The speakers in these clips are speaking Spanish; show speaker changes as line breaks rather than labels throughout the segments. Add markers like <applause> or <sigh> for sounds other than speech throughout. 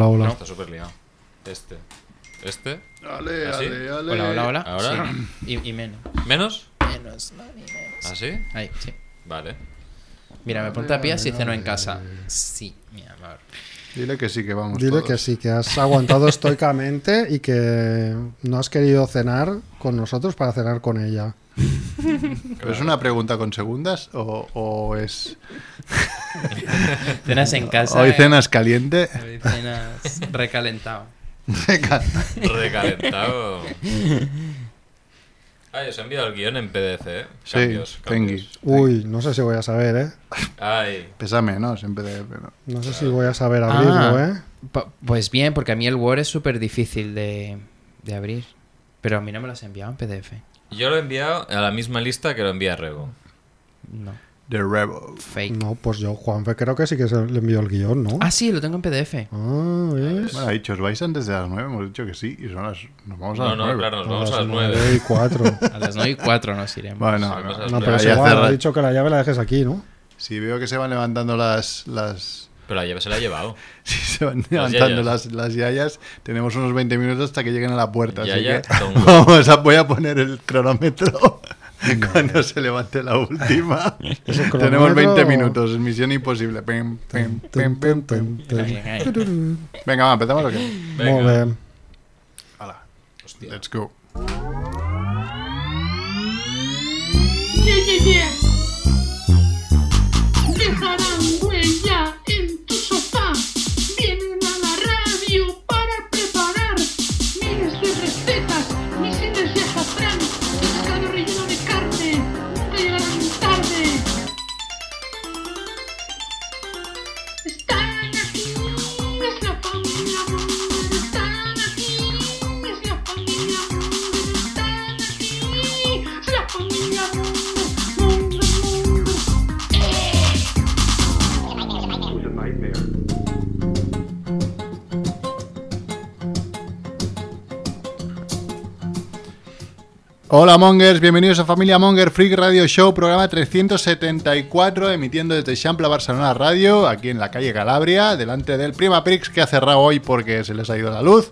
Hola, hola.
No, está súper liado. Este. Este.
Ale,
¿Ah, sí?
ale, ale.
Hola, hola, hola.
Ahora.
Sí. Y, y menos.
¿Menos?
Menos, mami, menos.
¿Así?
Ahí, sí.
Vale.
Mira, me ponte a pie si ceno en casa. Sí, mi amor. <laughs>
Dile que sí, que vamos.
Dile
todos.
que sí, que has aguantado estoicamente y que no has querido cenar con nosotros para cenar con ella.
¿Pero ¿Es una pregunta con segundas o, o es.
Cenas en casa.
Hoy
eh.
cenas caliente? <laughs>
Hoy cenas recalentado.
Venga.
Recalentado. Ay, os he enviado el guión en PDF, ¿eh?
Sí,
Cambios,
tengui.
cambios.
Uy, no sé si voy a saber, ¿eh?
Ay,
Pesa menos en PDF, ¿no?
No sé si voy a saber abrirlo,
Ah.
¿eh?
Pa- Pues bien, porque a mí el Word es súper difícil de, de abrir. Pero a mí no me lo has enviado en PDF.
yo lo he enviado a la misma lista que lo envía Rego.
No.
The Rebel.
Fake.
No, pues yo, Juanfe, creo que sí que se le envió el guión, ¿no?
Ah, sí, lo tengo en PDF.
Ah, ¿ves?
Bueno, ha dicho, ¿os vais antes de las 9? Hemos dicho que sí y son las. Nos vamos a
No,
las
no,
9.
claro, nos vamos a las
nueve
9.
y cuatro.
A las 9 y 4 nos iremos.
Bueno,
Nos vamos a
no,
las
No,
no,
pero
nueve.
es
ya
igual,
cerra-
ha dicho que la llave la dejes aquí, ¿no?
Si veo que se van levantando las. las
Pero la llave se la ha llevado.
si <laughs> se van levantando
yayas.
las, las yayas, tenemos unos 20 minutos hasta que lleguen a la puerta. así
Yaya,
que
tongo.
<laughs> vamos a, voy a poner el cronómetro <laughs> cuando se levante la
<laughs>
última.
¿Es el
Tenemos
cronómetro
20
o-
minutos, misión imposible. Pim, pim, pim, pim, pim. Venga, va, empezamos o qué?
Venga.
Muy bien.
Hala,
Hostia.
let's go.
Ye, ye, ye. Dejarán huella en tu sofá. Vienen a la radio para preparar miles de recetas, misiles de azafrán, pescado relleno de carne. Nunca llegarán tarde. Están aquí, es la familia Munger. Están aquí, es la familia Munger. Están aquí, es la familia Munger. Munger, Munger.
Hola Mongers, bienvenidos a Familia Monger Freak Radio Show, programa 374, emitiendo desde Champla Barcelona Radio, aquí en la calle Calabria, delante del Prima Prix que ha cerrado hoy porque se les ha ido la luz.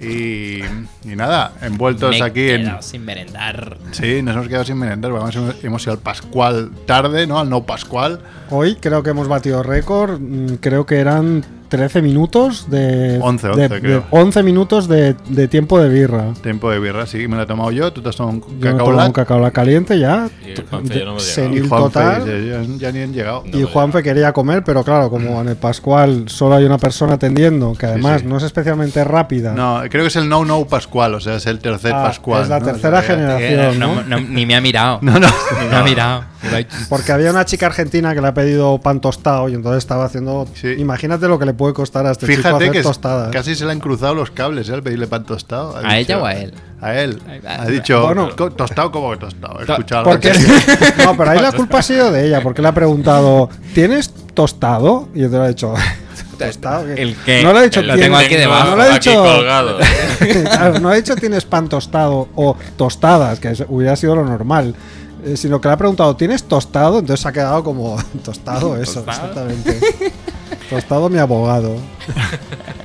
Y, y nada, envueltos
Me he
aquí en...
quedado sin merendar.
Sí, nos hemos quedado sin merendar, vamos, hemos, hemos ido al Pascual tarde, ¿no? Al no Pascual.
Hoy creo que hemos batido récord. mm, Creo que eran 13 minutos de.
11,
de-
11 creo.
de 11 minutos de, de tiempo de birra.
Tiempo de birra, sí, me lo he tomado yo, tú te has tomado un
Yo me he tomado un
cacao
cacao caliente ya.
Y el Juanfe ya no hemos
Se-
llegado.
y
El
Juanfe
total-
dice, ya, ya ni han llegado.
No.
Y
vale.
Juanfe quería comer, pero claro, como en el Pascual solo hay una persona atendiendo, que además
sí.
no es especialmente rápida.
No, creo que es el No No Pascual, o sea, es el tercer
Ah,
Pascual.
es la
¿no?
tercera
O sea,
generación.
Eh, no,
¿no?
no, ni me ha mirado. No, no. Ni me ha mirado.
Porque había una chica argentina que le ha pedido pan tostado y entonces estaba haciendo.
Sí.
Imagínate lo que le puede costar a este chico
Fíjate
hacer
que es-
tostadas.
casi se le han cruzado los cables ¿eh? al pedirle pan tostado. Ha
¿A ella o a él?
A él.
Ay, va,
Ha
va.
dicho,
Bueno.
"Co- tostado como que tostado. He
To-
escuchado algo
Porque, <laughs>
que-
no, pero ahí
<laughs>
la culpa ha sido de ella, porque le ha preguntado, ¿tienes tostado? Y entonces ha dicho, <laughs> ¿tostado? ¿Qué?
¿El qué?
No le ha dicho,
Lo
"Tienes-"
tengo aquí debajo,
No le ha
aquí
dicho,
colgado.
<laughs> Claro, no ha dicho, ¿tienes pan tostado o tostadas? Que eso hubiera sido lo normal. Eh, sino que le ha preguntado, ¿tienes tostado? Entonces se ha quedado como, <laughs> tostado eso,
¿Tostado?
exactamente. Tostado mi abogado.
<laughs>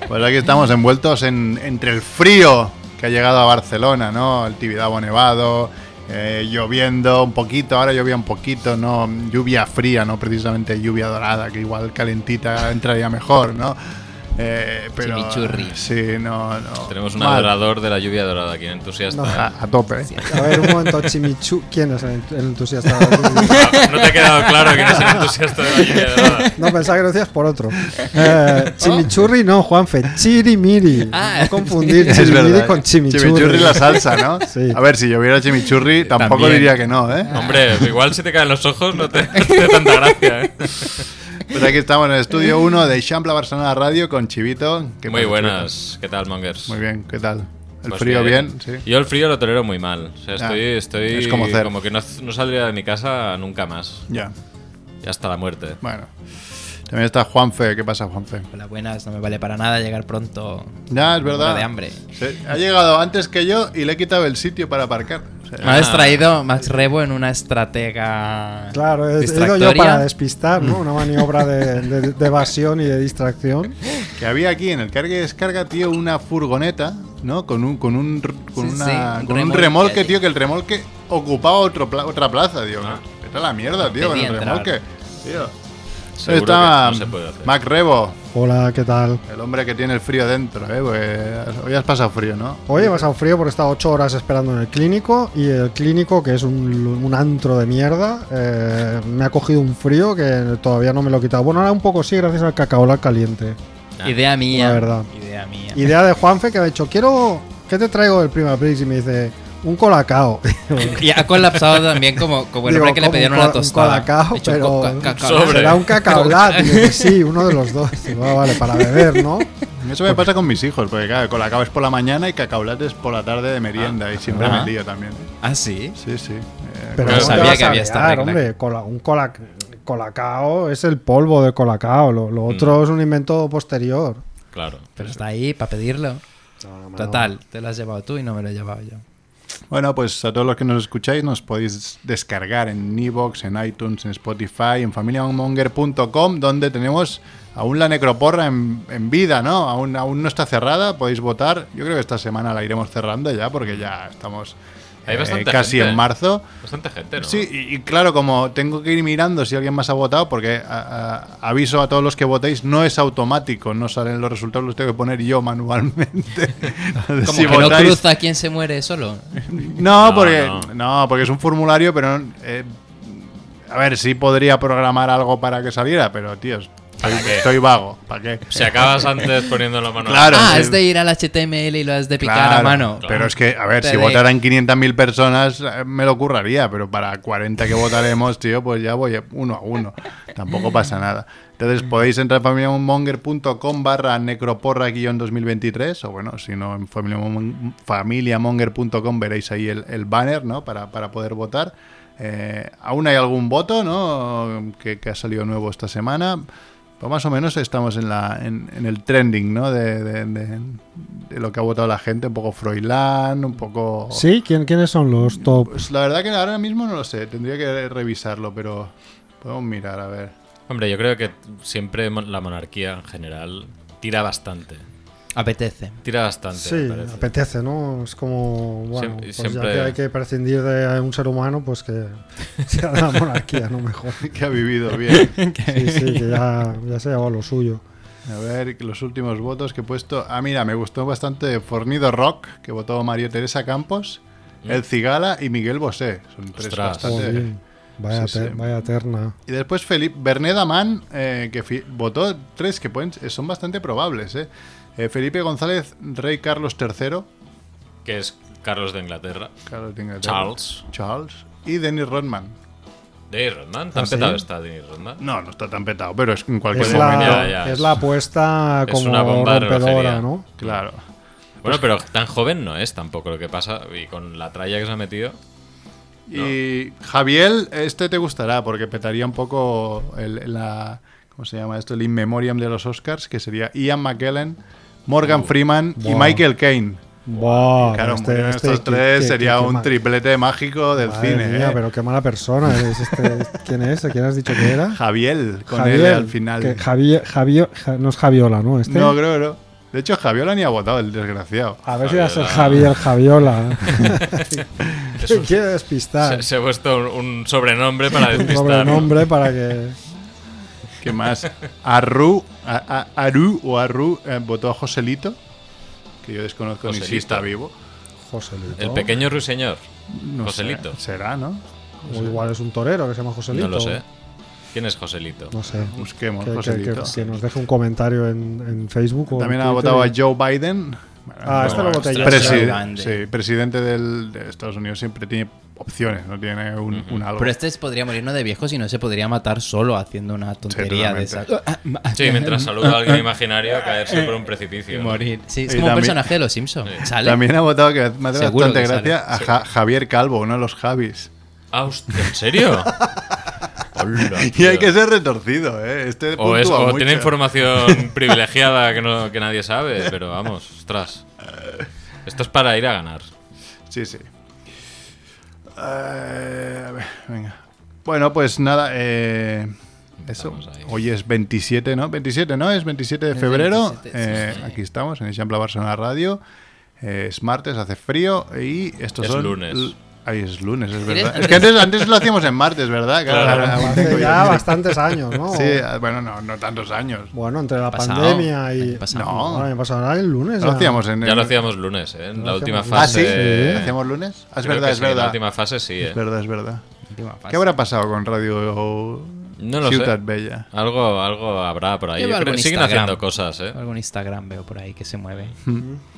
Pues aquí estamos envueltos en, entre el frío que ha llegado a Barcelona, ¿no? El Tibidabo nevado, eh, lloviendo un poquito, ahora llovía un poquito, ¿no? Lluvia fría, ¿no? Precisamente lluvia dorada, que igual calentita <laughs> entraría mejor, ¿no? Eh, pero,
Chimichurri.
Sí, no, no.
Tenemos un
Mal.
adorador de la lluvia dorada aquí, un entusiasta.
No.
A, a tope. ¿eh?
A ver, un momento, Chimichu. ¿Quién es el el
<laughs>
entusiasta?
Ah, <laughs> No te ha quedado claro que no es el entusiasta de la lluvia dorada.
No, pensaba que lo decías por
<laughs>
otro. Eh, chimichurri no, Juanfe. Chirimiri.
Ah,
no <laughs> confundir
<laughs> Es
chirimiri
verdad.
con chimichurri.
Chimichurri la salsa, ¿no?
<laughs> Sí.
A ver, si yo viera chimichurri, tampoco
También.
diría que no, ¿eh?
Hombre, igual si te caen los ojos no te <laughs> hace tanta gracia, ¿eh?
Pues aquí estamos en el estudio 1 de Champla Barcelona Radio con Chivito. ¿Qué
Muy
tal,
buenas. ¿Qué tal, Mongers?
Chivito? Muy bien, ¿qué tal? ¿El
Pues
frío bien? Sí.
Yo el frío lo tolero muy mal. O sea,
Ah,
estoy, estoy
es como cero.
como que no, no saldría de mi casa nunca más.
Ya,
Y hasta la muerte.
bueno. También está Juanfe. ¿Qué pasa, Juanfe?
Hola, buenas. No me vale para nada llegar pronto.
Ya, es verdad.
de hambre.
Se- ha llegado antes que yo y le he quitado el sitio para aparcar. sea,
Me ha distraído Max Rebo en una estratega.
Claro, he, he ido yo
distractoria.
para despistar, ¿no? Una maniobra de, de- de evasión y de distracción.
Que había aquí en el carga y descarga, tío, una furgoneta, ¿no? Con un, con un, r- con
Sí,
una,
sí, un
con un
remolque
remolque,
allí.
tío, que el remolque ocupaba otro pla- otra plaza, tío.
Ah.
Vete a la mierda, tío, con el
Pedía entrar.
remolque. Tío.
Seguro
Estaba mm,
que no se puede hacer.
Mac Rebo,
Hola, ¿qué tal?
el hombre que tiene el frío dentro, ¿eh? Porque hoy has pasado frío, ¿no?
Oye, vas a un frío por estar ocho horas esperando en el clínico y el clínico, que es un, un antro de mierda, eh, me ha cogido un frío que todavía no me lo he quitado. Bueno, ahora un poco sí, gracias al cacaola caliente.
Ah. Idea mía.
La verdad.
Idea mía.
Idea de Juanfe que me ha dicho, quiero, ¿qué te traigo del Prima Prix? Y me dice, un colacao.
Y ha colapsado también como, como el
Digo,
hombre que le
como
pedían
un
una
co- un
tostada.
colacao,
He hecho
pero-
coca- cacao. Ah,
Sobre.
Será un
<laughs>
cacaolat. Y yo, "Pues sí, uno de los dos. Digo, "Ah, vale, para beber, ¿no?
Eso me pasa con mis hijos, porque claro, colacao es por la mañana y cacaolat es por la tarde de merienda, y siempre
Ah.
me lío también.
Ah, sí.
Sí, sí. Eh,
Pero
No
¿cómo
Claro,
te
sabía
vas
que
a
había esta
liar,
regla.
hombre? Cola- un cola- colacao es el polvo del colacao. Lo, lo otro es un invento posterior.
Claro.
Pero está ahí para pedirlo. Total, te lo has llevado tú y no me lo he llevado yo.
Bueno, pues a todos los que nos escucháis nos podéis descargar en Evox, en iTunes, en Spotify, en familiamonger.com, donde tenemos aún la necroporra en, en vida, ¿no? Aún, aún no está cerrada, podéis votar. Yo creo que esta semana la iremos cerrando ya, porque ya estamos eh,
Hay bastante
casi
gente.
en marzo.
Bastante gente, ¿no?
Sí, y, y claro, como tengo que ir mirando si alguien más ha votado, porque a- a- aviso a todos los que votéis, no es automático, no salen los resultados, los tengo que poner yo manualmente. <laughs> Entonces,
Como
si
que no
votáis-
cruza quien se muere solo.
no,
No,
porque
no.
no. porque es un formulario, pero eh, a ver, sí podría programar algo para que saliera, pero tíos,
¿Para
estoy,
qué?
estoy vago, ¿para qué?
Si acabas antes poniendo la mano.
Claro.
ah,
sí.
es de ir al HTML y lo has de picar a
Claro,
mano.
Pero es que, a ver,
Te
si
de-
votaran 500.000 personas, eh, me lo curraría, pero para 40 que votaremos, <laughs> tío, pues ya voy uno a uno. Tampoco pasa nada. Entonces
Mm.
podéis entrar en familiamonger.com barra necroporra guión 2023, o bueno, si no, en familiamon- familiamonger.com veréis ahí el, el banner, ¿no? Para, para poder votar. Eh, aún hay algún voto, ¿no? Que, que ha salido nuevo esta semana. Pues más o menos estamos en, la, en, en el trending, ¿no? De, de- de- de lo que ha votado la gente, un poco Froilán, un poco...
¿Sí? ¿Quién, ¿Quiénes son los top?
Pues la verdad que ahora mismo no lo sé, tendría que revisarlo, pero podemos mirar, a ver. <laughs>
Hombre, yo creo que siempre mon- la monarquía en general tira bastante.
Apetece.
Tira bastante,
Sí,
me parece.
apetece, ¿no? Es como, bueno,
Siem-
pues ya
siempre-
que hay que prescindir de un ser humano, pues que <laughs> sea de la monarquía, ¿no? Mejor.
Que ha vivido bien.
<laughs> Sí, sí, que ya, ya se ha llevado lo suyo.
A ver, los últimos votos que he puesto... Ah, mira, me gustó bastante Fornido Rock, que votó María Teresa Campos, El Cigala y Miguel Bosé. Son tres
Mm. Ostras.
bastante...
Jolín, vaya,
Sí,
ter-
sí.
vaya terna.
Y después Felipe Berneda Mann, eh, que fi- votó tres que pueden, eh, son bastante probables. Eh. Eh, Felipe González, Rey Carlos III,
Que es Carlos de Inglaterra.
Carlos de Inglaterra.
Charles.
Charles. Y Denis Rodman.
Denis Rodman. ¿Tan
¿Ah, sí?
petado está Denis Rodman?
No, no está tan petado, pero es en cualquier
Es
momento.
la,
ya, ya.
es la apuesta
Es
como
una bomba de
rompedora,
relojería.
¿no?
Claro.
Bueno, pero tan joven no es tampoco lo que pasa. Y con la tralla que se ha metido.
Y Javier, este te gustará porque petaría un poco el, la, ¿cómo se llama esto? El in memoriam de los Oscars, que sería Ian McKellen, Morgan Freeman y
Buah.
Michael Caine.
Buah,
Claro,
este-
murieron
este-
estos
qué-
tres,
qué-
sería
qué- qué
un
ma-
triplete mágico del
Madre
cine.
mía,
¿eh?
pero qué mala persona eres. este- ¿Quién es? ¿A quién has dicho que era?
Javier, con
Javier,
él al final.
que Javier, Javier- Ja- no es Javiola, ¿no? Este.
No, creo que no. De hecho, Javiola ni ha votado, el desgraciado.
a ver si va a ser Javier
Javiola.
Javiola.
<laughs>
<laughs>
Es
Te
un-
quiere despistar.
se, se ha puesto un, un sobrenombre
<laughs>
para
Un
despistar. ¿no?
sobrenombre para que.
¿Qué más? Arru, a- a- Aru o Arru eh, votó a Joselito, que yo desconozco ni si
Joselito.
está vivo.
Joselito.
El pequeño ruiseñor.
No sé.
Joselito.
Será, ¿no?
O igual es un torero que se llama Joselito.
No lo sé. ¿Quién es Joselito?
No sé.
Busquemos,
Que, que- que-
Joselito.
que nos deje un comentario en, en Facebook. o en
También ha
Twitter
votado a
y-
Joe Biden. Bueno,
Ah, este lo voté yo.
ostras,
presi-
Joe Biden.
sí, presidente del- de Estados Unidos siempre tiene opciones, no tiene un, un algo.
Pero este se podría morir no de viejo, sino se podría matar solo haciendo una tontería de esa.
Sí, mientras saluda a
<laughs>
alguien imaginario, caerse por un precipicio. ¿no?
Sí, es
Y
como un
también-
personaje de los Simpsons. Sale.
También ha votado, que me hace
Seguro
bastante
que sale.
gracia, a Ja- Javier Calvo, uno de los Javis. <laughs>
Ah, hostia, ¿en serio? Hola,
Y hay
tío.
que ser retorcido, ¿eh? Este
O, es-
puntúa
o
mucho.
tiene
<laughs>
información privilegiada que, no- que nadie sabe, pero vamos, ostras. Esto es para ir a ganar.
Sí, sí. Eh, a ver, venga. Bueno, pues nada, eh, eso.
Estamos ahí.
Hoy es 27, ¿no? 27, ¿no? Es 27 de febrero.
27, sí,
Eh,
sí.
Aquí estamos en Eixample Barcelona Radio. Eh, es martes, hace frío y estos
Es
son...
lunes.
l- Ay, es lunes, es
¿Eres-
verdad. Es que antes, antes lo hacíamos en martes, ¿verdad?
Claro.
ahora- ahora
<laughs>
tengo
Hace
yo-
ya bastantes años, ¿no?
Sí, ah, bueno, no, no tantos años.
Bueno, entre la
Pasado,
pandemia y.
año pasado.
No.
Ahora me pasará el lunes.
Lo hacíamos en...
Ya lo hacíamos lunes, ¿eh? En
Lo
la última
hacíamos-
Ah,
fase.
sí,
Sí.
hacíamos lunes. Ah, Es
Creo
verdad,
que
es
sí, En la
verdad.
última fase sí, ¿eh?
Es verdad, es verdad.
Última fase.
¿Qué habrá pasado con Radio
No lo
Ciutat
sé.
Bella?
Algo, algo habrá por ahí.
Lleva
Yo creo-
algún
siguen
Instagram.
haciendo cosas, ¿eh?
Algún Instagram veo por ahí que se mueve.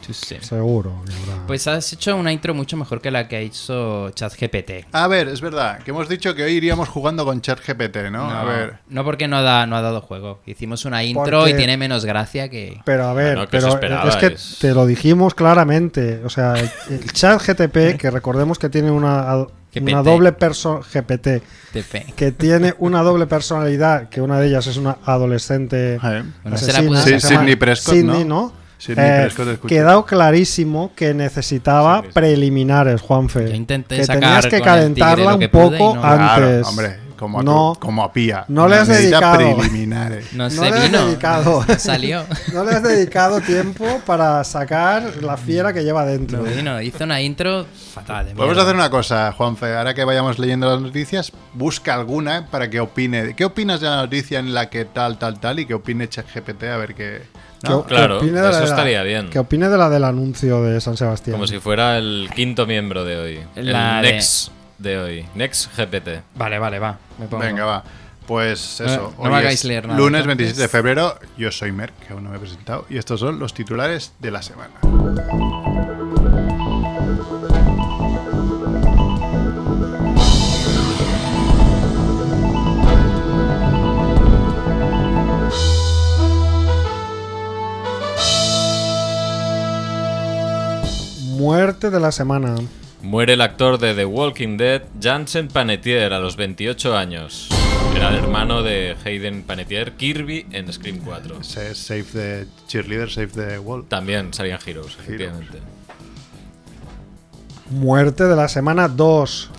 Chuse.
Seguro. que habrá.
Pues has hecho una intro mucho mejor que la que ha hecho ChatGPT.
A ver, es verdad, que hemos dicho que hoy iríamos jugando con ChatGPT, ¿no? A ver.
No porque no, da, no ha dado juego. Hicimos una intro
Porque-
y tiene menos gracia que...
Pero a ver,
Bueno, que os
pero eh,
esperabais.
es que te lo dijimos claramente. O sea, el,
<laughs>
el chat GTP, que recordemos que tiene una, una
GPT.
doble persona GPT,
TP.
que tiene una doble personalidad, que una de ellas es una adolescente
Eh,
Bueno, se la
asesina,
puso-
que
Sí,
se llama
Sidney Prescott,
Sidney,
¿no?
¿no?
Sidney
Eh,
Prescott, escucha.
quedado clarísimo que necesitaba preliminares, Juanfe.
Yo intenté
que
sacar
tenías que
con el tigre
calentarla
lo
un
que pude y
poco
no-
Claro,
antes.
hombre, como a,
No.
tu- como a Pía.
No le has
Necesita
dedicado.
preliminares.
<laughs> No,
No
se
le has
vino.
dedicado.
No <laughs> salió.
No le has dedicado tiempo para sacar la fiera que lleva dentro.
No vino. Hizo una intro fatal. eh. de
Podemos
mierda.
hacer una cosa, Juanfe. Ahora que vayamos leyendo las noticias, busca alguna para que opine. ¿Qué opinas de la noticia en la que tal, tal, tal? Y que opine ChatGPT a ver qué. ¿no?
Que- que
Claro,
opine de la
eso
de la-
estaría bien.
Que opine de la del anuncio de San Sebastián.
Como si fuera el quinto miembro de hoy. El
La de-
Next de hoy. Next GPT.
Vale, vale, va. Me pongo.
Venga, va. Pues
No-
eso.
no me
hoy
hagáis
es
leer nada,
Lunes
entonces.
27 de febrero. Yo soy Merck, que aún no me he presentado. Y estos son los titulares de la semana.
Muerte de la semana.
Muere el actor de The Walking Dead, Jansen Panetier, a los 28 años. Era el hermano de Hayden Panetier, Kirby, en Scream 4.
Se- Save the cheerleader, save the wall.
También salían Heroes, efectivamente.
Muerte de la semana 2.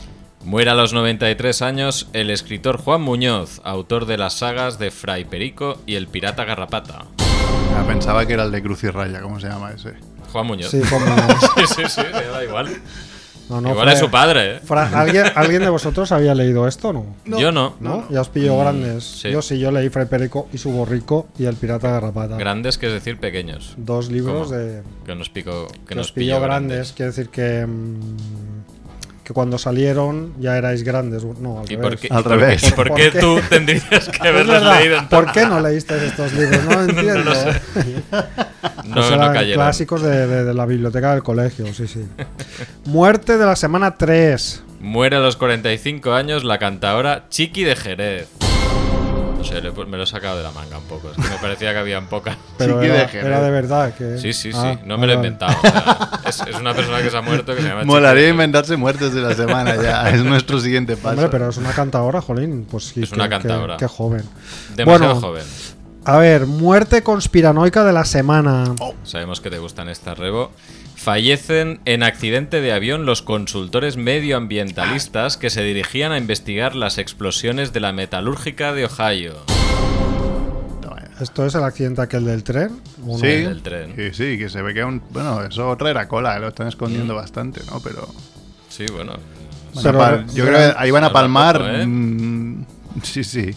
Muere a los 93 años el escritor Juan Muñoz, autor de las sagas de Fray Perico y El Pirata Garrapata.
Ah, pensaba que era el de Cruz y Raya, ¿cómo se llama ese?
Juan Muñoz.
Sí,
<laughs>
como
sí, sí, sí, me da igual.
no, no,
igual
Fra-
es su padre, ¿eh?
Fra-
<laughs>
¿alguien, ¿Alguien de vosotros había leído esto o no?
Yo no.
¿No? Ya os pillo grandes.
Mm, sí.
Yo sí, yo leí Fray Perico y su borrico y el pirata garrapata.
Grandes, que es decir, pequeños.
Dos libros
¿Cómo?
de
Que nos picó. Que,
que
nos
os pilló grandes.
grandes.
Quiere decir que, mm, que cuando salieron ya erais grandes. No, al
¿Y por
revés.
qué,
Al
y por qué-
revés.
y por
¿Por
qué
qué?
tú tendrías
<laughs>
que
Es
haberlas
verdad.
leído? entonces?
¿Por qué no leíste estos libros?
<laughs>
No entiendo.
lo sé. No,
Pues
no
eran
cayeron.
clásicos de, de- de la biblioteca del colegio, sí,
<laughs>
sí. Muerte de la semana 3.
Muere a los 45 años la cantadora Chiqui de Jerez. No sé, lo he pu- me lo he sacado de la manga un poco. Es que me parecía que habían pocas.
Pero
Chiqui
era,
de
era de
Jerez.
verdad. Que...
¿eh? Sí, sí, sí.
Ah,
no me lo he
vale.
inventado. o sea, es, es una persona que se ha muerto que se llama Chiqui
Molaría
de Jerez.
inventarse muertes de la semana
<laughs>
ya. Es nuestro siguiente paso.
Hombre, pero es una cantadora, jolín. Pues sí,
Es una
qué- qué-
cantadora.
Qué, joven.
Demasiado
Bueno.
joven.
A ver, muerte conspiranoica de la semana.
Sabemos que te gustan estas, Rebo. Fallecen en accidente de avión los consultores medioambientalistas que se dirigían a investigar las explosiones de la metalúrgica de Ohio.
¿Esto es el accidente aquel del tren? ¿O no?
Sí,
del tren.
sí, sí, que se ve que un, bueno, eso otra era cola, lo están escondiendo bastante, ¿no? Pero,
Sí, bueno.
<laughs>
van a
Pero-
pal- yo creo que ahí van a
Pero
palmar.
tampoco, ¿eh?
mm, sí, sí.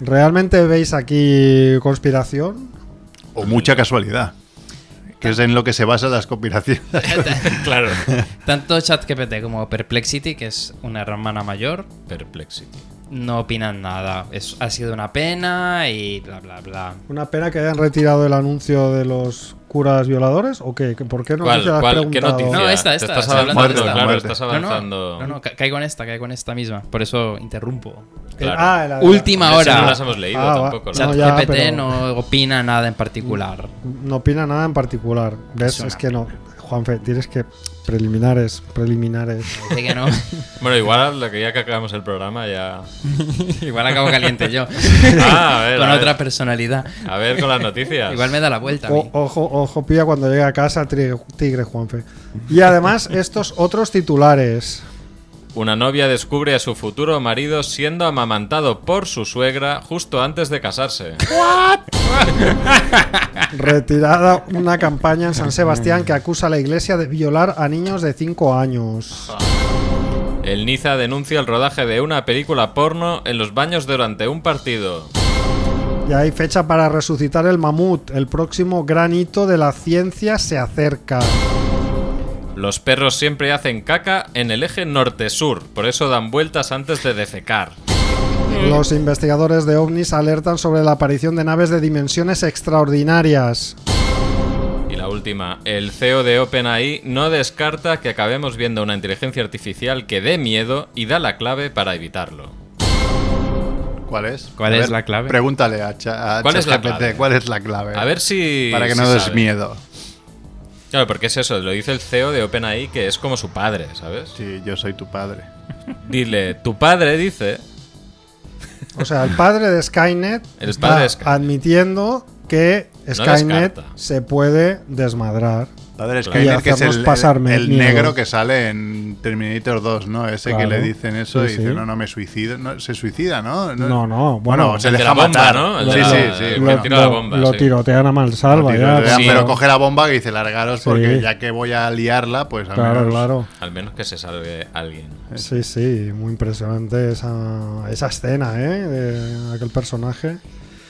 ¿Realmente veis aquí conspiración?
O mucha casualidad, que es en lo que se basan las conspiraciones.
<laughs>
<laughs>
Claro.
Tanto ChatGPT como Perplexity, que es una hermana mayor,
Perplexity.
no opinan nada. Es, ha sido una pena y bla, bla, bla.
¿Una pena que hayan retirado el anuncio de los curas violadores? ¿O qué? ¿Que ¿Por qué no
¿Cuál,
se lo has
cuál, ¿Qué
preguntado?
noticia?
No, esta,
Te
esta,
Estás
estoy
avanzando,
hablando de esta.
claro,
Muerte.
estás
No, no,
avanzando.
no, no, ca- caigo en esta, caigo en esta misma. Por eso interrumpo.
El-
Claro.
ah, la de-
Última
Hombre, si
hora.
no las hemos leído
Ah, va.
tampoco. ¿no?
Chat-
ChatGPT
ya, pero- Mm.
no opina nada en particular.
No opina nada en particular. ¿Ves?
Es una
Es que no. Juanfe, tienes que. Preliminares, preliminares. <laughs>
Dice que no.
Bueno, igual la que ya que acabamos el programa ya.
Igual acabo caliente yo.
Ah, a ver,
<laughs> Con
a ver.
otra personalidad.
A ver
<laughs>
con las noticias.
Igual me da la vuelta. a mí.
O- ojo, ojo, pilla cuando llegue a casa, tri- tigre Juanfe. Y además, estos otros titulares.
Una novia descubre a su futuro marido siendo amamantado por su suegra justo antes de casarse.
Retirada una campaña en San Sebastián que acusa a la iglesia de violar a niños de 5 años.
El Niza denuncia el rodaje de una película porno en los baños durante un partido.
Y hay fecha para resucitar el mamut. El próximo gran hito de la ciencia se acerca.
Los perros siempre hacen caca en el eje norte-sur, por eso dan vueltas antes de defecar.
Los investigadores de ovnis alertan sobre la aparición de naves de dimensiones extraordinarias.
Y la última, el CEO de OpenAI no descarta que acabemos viendo una inteligencia artificial que dé miedo y da la clave para evitarlo.
¿Cuál es?
¿Cuál
A
es la clave?
Pregúntale a, Cha- a
¿Cuál es la
ChatGPT,
clave?
¿Cuál es la clave?
A ver si...
Para que
si
no des
sabe.
miedo.
Claro, porque es eso, lo dice el CEO de OpenAI que es como su padre, ¿sabes?
Sí, yo soy tu padre.
Dile, tu padre dice...
O sea, el padre de Skynet
El
está
padre de Skynet.
admitiendo que Skynet
descarta.
se puede desmadrar.
Padre
Claro.
Skynet,
Y
que es
hacernos
el,
pasar
el-
me-
el
miedo.
negro que sale en Terminator 2, ¿no? Ese
Claro.
que le dicen eso
Sí,
y dice,
sí.
no, no, me suicido. No, se suicida, ¿no?
No, no,
Bueno,
bueno,
se
el de
deja
la bomba,
matar.
¿no? El
Sí,
de la-
sí,
el
sí.
que
bueno.
tira la bomba,
lo
sí.
tirotean a
Lo
mansalva.
tiro,
ya,
le dan,
sí.
claro.
Pero coge la bomba y dice, largaros porque
Sí.
ya que voy a liarla, pues al
Claro,
menos-
claro.
Al menos que se salve alguien.
Sí, sí, muy impresionante esa, esa escena, ¿eh? De aquel personaje.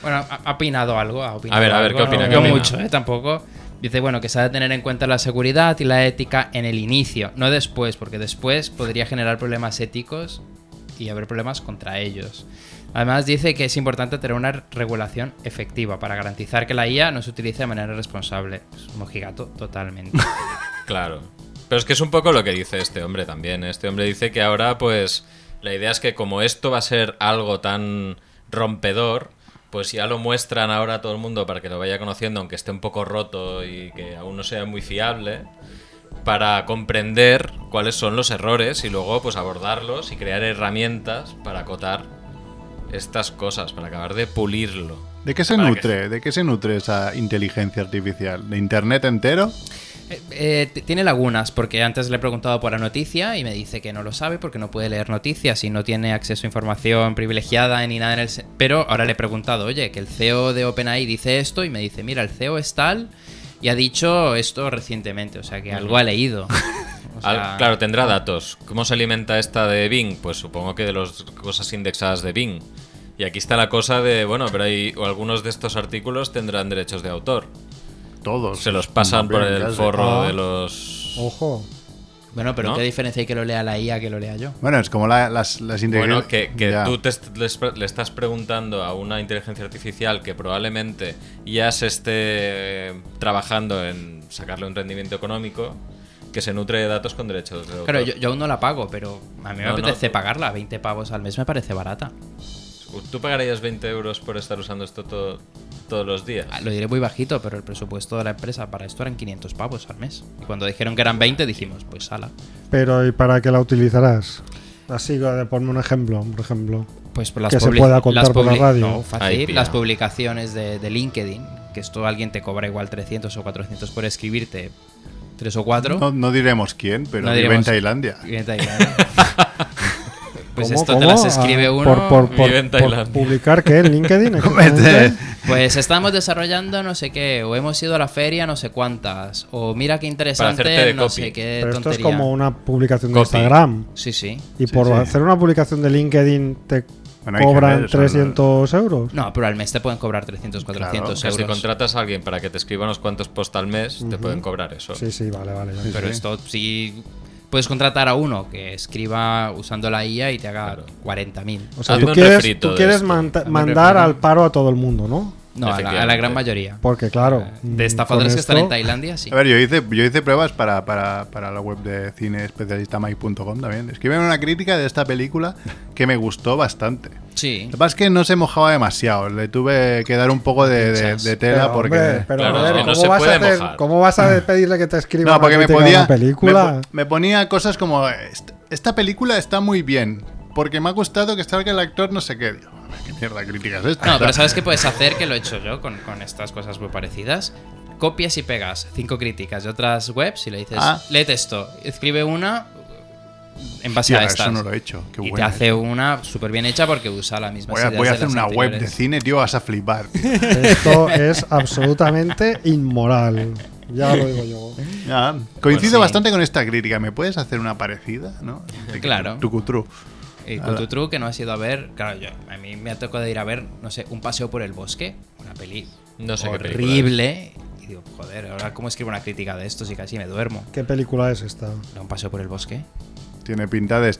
Bueno, ha ha opinado algo. ha opinado
A ver, a ver,
algo,
¿qué opina?
No
¿Qué opina?
mucho, ¿eh? Tampoco. Dice, bueno, que se ha de tener en cuenta la seguridad y la ética en el inicio, no después, porque después podría generar problemas éticos y haber problemas contra ellos. Además, dice que es importante tener una regulación efectiva para garantizar que la IA no se utilice de manera responsable. Es un mojigato totalmente.
Claro. Pero es que es un poco lo que dice este hombre también. Este hombre dice que ahora, pues, la idea es que como esto va a ser algo tan rompedor, pues ya lo muestran ahora a todo el mundo para que lo vaya conociendo, aunque esté un poco roto y que aún no sea muy fiable, para comprender cuáles son los errores y luego, pues, abordarlos y crear herramientas para acotar estas cosas, para acabar de pulirlo.
¿De qué se
Para que-
nutre? ¿De qué se nutre esa inteligencia artificial? ¿De internet entero?
Eh, eh, t- tiene lagunas, porque antes le he preguntado por la noticia y me dice que no lo sabe porque no puede leer noticias y no tiene acceso a información privilegiada ni nada en el... se- Pero ahora le he preguntado, oye, que el CEO de OpenAI dice esto y me dice, mira, el CEO es tal y ha dicho esto recientemente, o sea que algo
<laughs>
ha leído. O
Al-
sea,
claro, tendrá datos. ¿Cómo se alimenta esta de Bing? Pues supongo que de las cosas indexadas de Bing. Y aquí está la cosa de, bueno, pero hay o algunos de estos artículos tendrán derechos de autor.
Todos.
Se los pasan por
Hombre, ya
el
sé.
forro
Ah.
de los...
Ojo.
Bueno, pero
¿No?
¿qué diferencia hay que lo lea la IA que lo lea yo?
Bueno, es como la- las, las
Bueno,
inteligencias...
que, que
Ya.
tú te est- les pre- le estás preguntando a una inteligencia artificial que probablemente ya se esté eh, trabajando en sacarle un rendimiento económico que se nutre de datos con derechos de autor.
Claro, yo, yo aún no la pago, pero a mí me
No, no,
apetece
tú-
pagarla, 20 pavos al mes me parece barata.
¿Tú pagarías 20 euros por estar usando esto todo- todos los días?
Ah, Lo diré muy bajito, pero el presupuesto de la empresa para esto eran 500 pavos al mes. Y cuando dijeron que eran 20, dijimos, pues ala.
Pero ¿y para qué la utilizarás? Así, de ponme un ejemplo, por ejemplo.
Pues por las
Que se
publi-
pueda contar
las
por la
publi-
radio.
no, fácil,
Ahí pilla.
las publicaciones de, de LinkedIn, que esto alguien te cobra igual 300 o 400 por escribirte tres o cuatro.
No, no diremos quién, pero
No
vive
diremos.
en Tailandia.
<laughs>
Y
<laughs>
en Tailandia. pues
¿Cómo,
esto te
cómo?
las escribe
Ah,
uno.
Por, por- por-
Vive en
por
Tailandia.
publicar que en LinkedIn.
Vete.
Pues estamos desarrollando no sé qué, o hemos ido a la feria no sé cuántas, o mira qué
hacerte de
interesante no
copy.
sé qué
Pero esto
tontería.
es como una publicación de
Copy.
Instagram.
Sí, sí.
Y
Sí,
por
sí.
hacer una publicación de LinkedIn te
Bueno, hay
cobran
gente, son-
300 euros.
No, pero al mes te pueden cobrar 300, 400
O sea, si
euros.
contratas a alguien para que te escriba unos cuantos posts al mes, te pueden cobrar eso.
Sí, sí, vale, vale. ya.
Pero
Sí.
esto sí puedes contratar a uno que escriba usando la IA y te haga
Claro.
40.000.
O sea,
Hazme
tú
un
quieres,
refrito
tú
de
quieres
esto.
manta-
Hazme un
mandar
refrito.
al paro a todo el mundo, ¿no?
No, a la, a la gran
Efectivamente.
mayoría.
Porque claro.
Eh,
mm,
De estafadores
con
que están
esto-
en Tailandia, sí.
<laughs> A ver, yo hice, yo hice pruebas para, para, para la web de cine especialista Mike.com también. Escriben una crítica de esta película que me gustó bastante.
Sí.
Lo que pasa es que no se mojaba demasiado. Le tuve que dar un poco de, de- de tela
Pero,
porque.
hombre, pero,
Claro,
a ver,
es que no
¿cómo,
se
vas a
puede
hacer-
mojar.
¿cómo vas a pedirle que te escriba
No, porque
una
<laughs> me
crítica de
podía.
una película?
Me, po- me ponía cosas como. "Est- Esta película está muy bien. Porque me ha gustado que salga el actor no sé qué. Digo, "A ver, ¿Qué mierda de crítica es esta?
No, Ah, pero ¿sabes qué puedes hacer? Que lo he hecho yo con, con estas cosas muy parecidas. Copias y pegas cinco críticas de otras webs y le dices,
Ah.
lee texto, escribe una, en base
Hostia,
a
eso
estas.
no lo he hecho. Qué
y te
buena
hace una súper bien hecha porque usa la misma
Voy a, voy a hacer una web de cine, tío, vas a
<laughs>
flipar.
Esto es absolutamente inmoral. Ya lo digo yo.
Ah, coincido
Pues sí.
bastante con esta crítica. ¿Me puedes hacer una parecida? ¿No? De-
<laughs> Claro.
Tucutru.
Y Eh, con tu truco que no has ido a ver, claro, yo, a mí me ha tocado ir a ver, no sé, un paseo por el bosque, una peli
No sé qué película
horrible. Y digo, joder, ahora cómo escribo una crítica de esto si casi me duermo.
¿Qué película es esta?
¿No un paseo por el bosque?
Tiene pinta de, de-